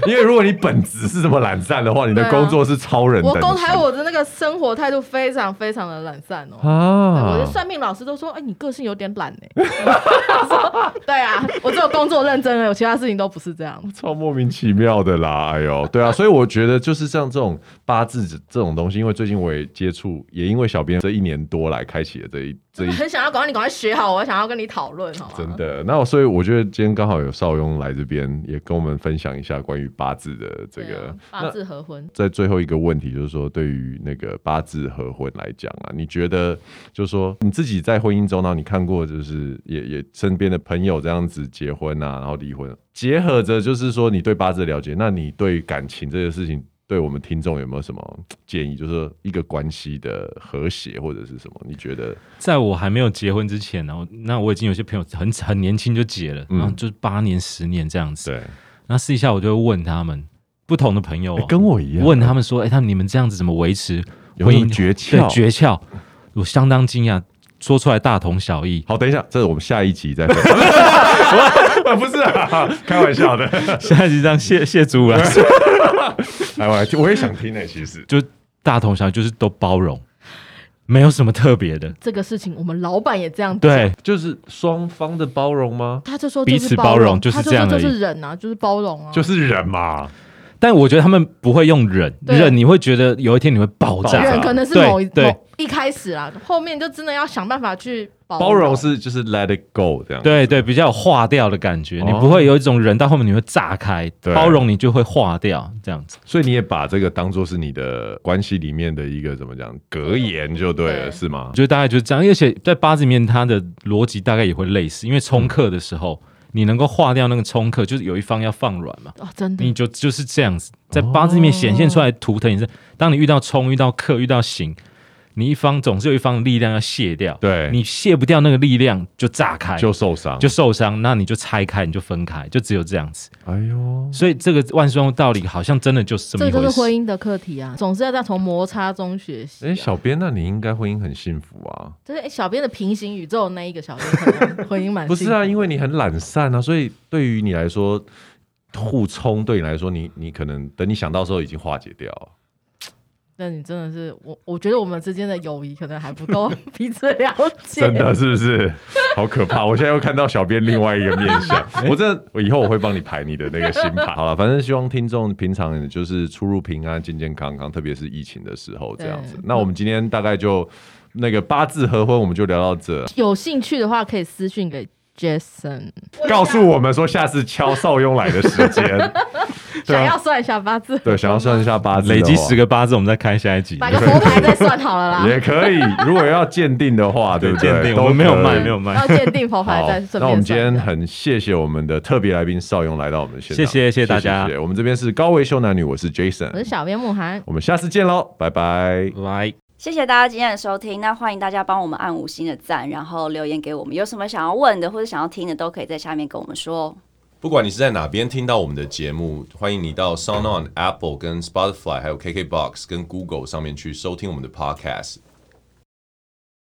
Speaker 1: 因为如果你本质是这么懒散的话，你的
Speaker 2: 对啊
Speaker 1: 工作是超人等
Speaker 2: 我
Speaker 1: 级。
Speaker 2: 公开我的那个生活态度非常非常的懒散哦。对我
Speaker 1: 啊
Speaker 2: 的，算命老师都说，哎、你个性有点 懒哎、我说对啊，我只有工作认真了，有其他事情都不是这样。
Speaker 1: 超莫名其妙的啦，哎呦，对啊，所以我觉得就是像这种八字这这种东西，因为最近我也接触，也因为小编这一年多来开启了这一 这一
Speaker 2: 很想要赶快你赶快学好，我想要跟你讨论，好吗？
Speaker 1: 真的，那我所以我觉得今天刚好有邵雍来这边，也跟我们分享一下关于八字的这
Speaker 2: 对啊，
Speaker 1: 个。
Speaker 2: 八字合婚，
Speaker 1: 在最后一个问题，就是说，对于那个八字合婚来讲啊，你觉得，就是说你自己在婚姻中呢，然后你看过，就是也也身边的朋友这样子结婚啊，然后离婚，结合着就是说你对八字的了解，那你对感情这个事情，对我们听众有没有什么建议？就是说一个关系的和谐或者是什么？你觉得
Speaker 3: 在我还没有结婚之前啊呢，我那我已经有些朋友很很年轻就结了，
Speaker 1: 嗯
Speaker 3: 然后就是八年、十年这样子。
Speaker 1: 对？
Speaker 3: 那私底下我就会问他们不同的朋友、哦
Speaker 1: 诶哎跟我一样，
Speaker 3: 问他们说：“哎、他们你们这样子怎么维持
Speaker 1: 有
Speaker 3: 婚
Speaker 1: 什么
Speaker 3: 姻
Speaker 1: 诀
Speaker 3: 对
Speaker 1: 窍？
Speaker 3: 诀窍？”我相当惊讶，说出来大同 小异。
Speaker 1: 好，等一下，这是 我们下一集再分享。我不是啊， 开玩笑的。
Speaker 3: 下一集让谢谢主 来说，
Speaker 1: 哎，我来听 我也想听呢、其实。
Speaker 3: 就大同小异，就是都包容，没有什么特别的。
Speaker 2: 这个事情我们老板也这样讲。
Speaker 3: 对，
Speaker 1: 就是双方的包容吗？
Speaker 2: 他就说
Speaker 3: 彼
Speaker 2: 就是
Speaker 3: 此包容就是
Speaker 2: 他就
Speaker 3: 这
Speaker 2: 说
Speaker 3: 样而
Speaker 2: 就
Speaker 3: 已
Speaker 2: 是忍啊，就是包容啊，
Speaker 1: 就是人嘛，
Speaker 3: 但我觉得他们不会用忍，
Speaker 2: 对
Speaker 3: 忍你会觉得有一天你会爆
Speaker 1: 爆炸
Speaker 3: 炸
Speaker 2: 忍。可能是
Speaker 3: 对
Speaker 2: 某一
Speaker 3: 啊对
Speaker 2: 某一开始啊，后面就真的要想办法去包
Speaker 1: 包容是就是 let it go 这样。
Speaker 3: 对对，比较有化掉的感觉，
Speaker 1: 哦
Speaker 3: 你不会有一种人到后面你会炸开，
Speaker 1: 对
Speaker 3: 包容你就会化掉这样子。
Speaker 1: 所以你也把这个当做是你的关系里面的一个怎么讲格言就对了，
Speaker 2: 对
Speaker 1: 是吗
Speaker 3: 我？觉得大概就是这样，而且在八字里面它的逻辑大概也会类似，因为冲克的时候。你能够化掉那个冲克，就是有一方要放软嘛，
Speaker 2: 哦，真
Speaker 3: 你
Speaker 2: 的
Speaker 3: 就就是这样子，在八字里面显现出来的图腾也是，当你遇到冲、遇到克、遇到刑，你一方总是有一方的力量要卸掉，
Speaker 1: 对
Speaker 3: 你卸不掉那个力量就炸开，
Speaker 1: 就受伤，
Speaker 3: 就受伤，那你就拆开，你就分开，就只有这样子。
Speaker 2: 嗯
Speaker 1: 哎呦，
Speaker 3: 所以这个万事万物道理好像真的就是这么
Speaker 2: 这
Speaker 3: 一
Speaker 2: 就
Speaker 3: 回
Speaker 2: 是
Speaker 3: 事
Speaker 2: 婚。姻的课题啊，总是要在从摩擦中学习啊、
Speaker 1: 哎，小编，那你应该婚姻很幸福啊？
Speaker 2: 就是诶小编的平行宇宙那一个小编可能婚姻蛮
Speaker 1: 不是啊，因
Speaker 2: 为
Speaker 1: 为你很懒散啊，所以对于你来说，互冲对你来说，你你可能等你想到的时候已经化解掉了。
Speaker 2: 那你真的是我，我觉得我们之间的友谊可能还不够 彼此了解。
Speaker 1: 真的是不是？好可怕！我现在又看到小编另外一个面 相，我真的，我以后我会帮你排你的那个星盘。好了，反正希望听众平常也就是出入平安、健健康康，特别是疫情的时候这样子
Speaker 2: 对。
Speaker 1: 那我们今天大概就那个八字合婚，我们就聊到这。
Speaker 2: 有兴趣的话可以私讯给 Jason，
Speaker 1: 告诉我们说下次敲邵雍来的时 间，对
Speaker 2: 想要
Speaker 1: 啊，
Speaker 2: 算一下八字，
Speaker 1: 对，想要算一下八字的哦话，
Speaker 3: 累积十个八字，我们再开下一集。
Speaker 2: 摆个佛牌再算好了啦。嗯
Speaker 1: 也可以。如果要鉴定的话，对不
Speaker 3: 鉴
Speaker 1: 对？
Speaker 3: 定
Speaker 1: 都
Speaker 3: 我们没有
Speaker 1: 可以
Speaker 3: 卖没有卖
Speaker 2: 要鉴定佛牌
Speaker 1: 好
Speaker 2: 再，顺便
Speaker 1: 那我们今
Speaker 2: 算一
Speaker 1: 天
Speaker 2: 下
Speaker 1: 很谢谢我们的特别来宾邵勇来到我们的现场，
Speaker 3: 谢谢谢谢大家
Speaker 1: 谢谢我们这边是高维修男女，我是
Speaker 2: 我是
Speaker 1: Jason，
Speaker 2: 小编慕寒，
Speaker 1: 我们下次见喽，拜拜。
Speaker 3: 来，
Speaker 4: 谢谢大家今天的收听，那欢迎大家帮我们按五星的赞，然后留言给我们，有什么想要问的或者想要听的，都可以在下面跟我们说哦。
Speaker 1: 不管你是在哪边听到我们的节目，欢迎你到 SoundOn、Apple、跟 Spotify、还有 KKBox、跟 Google 上面去收听我们的 Podcast。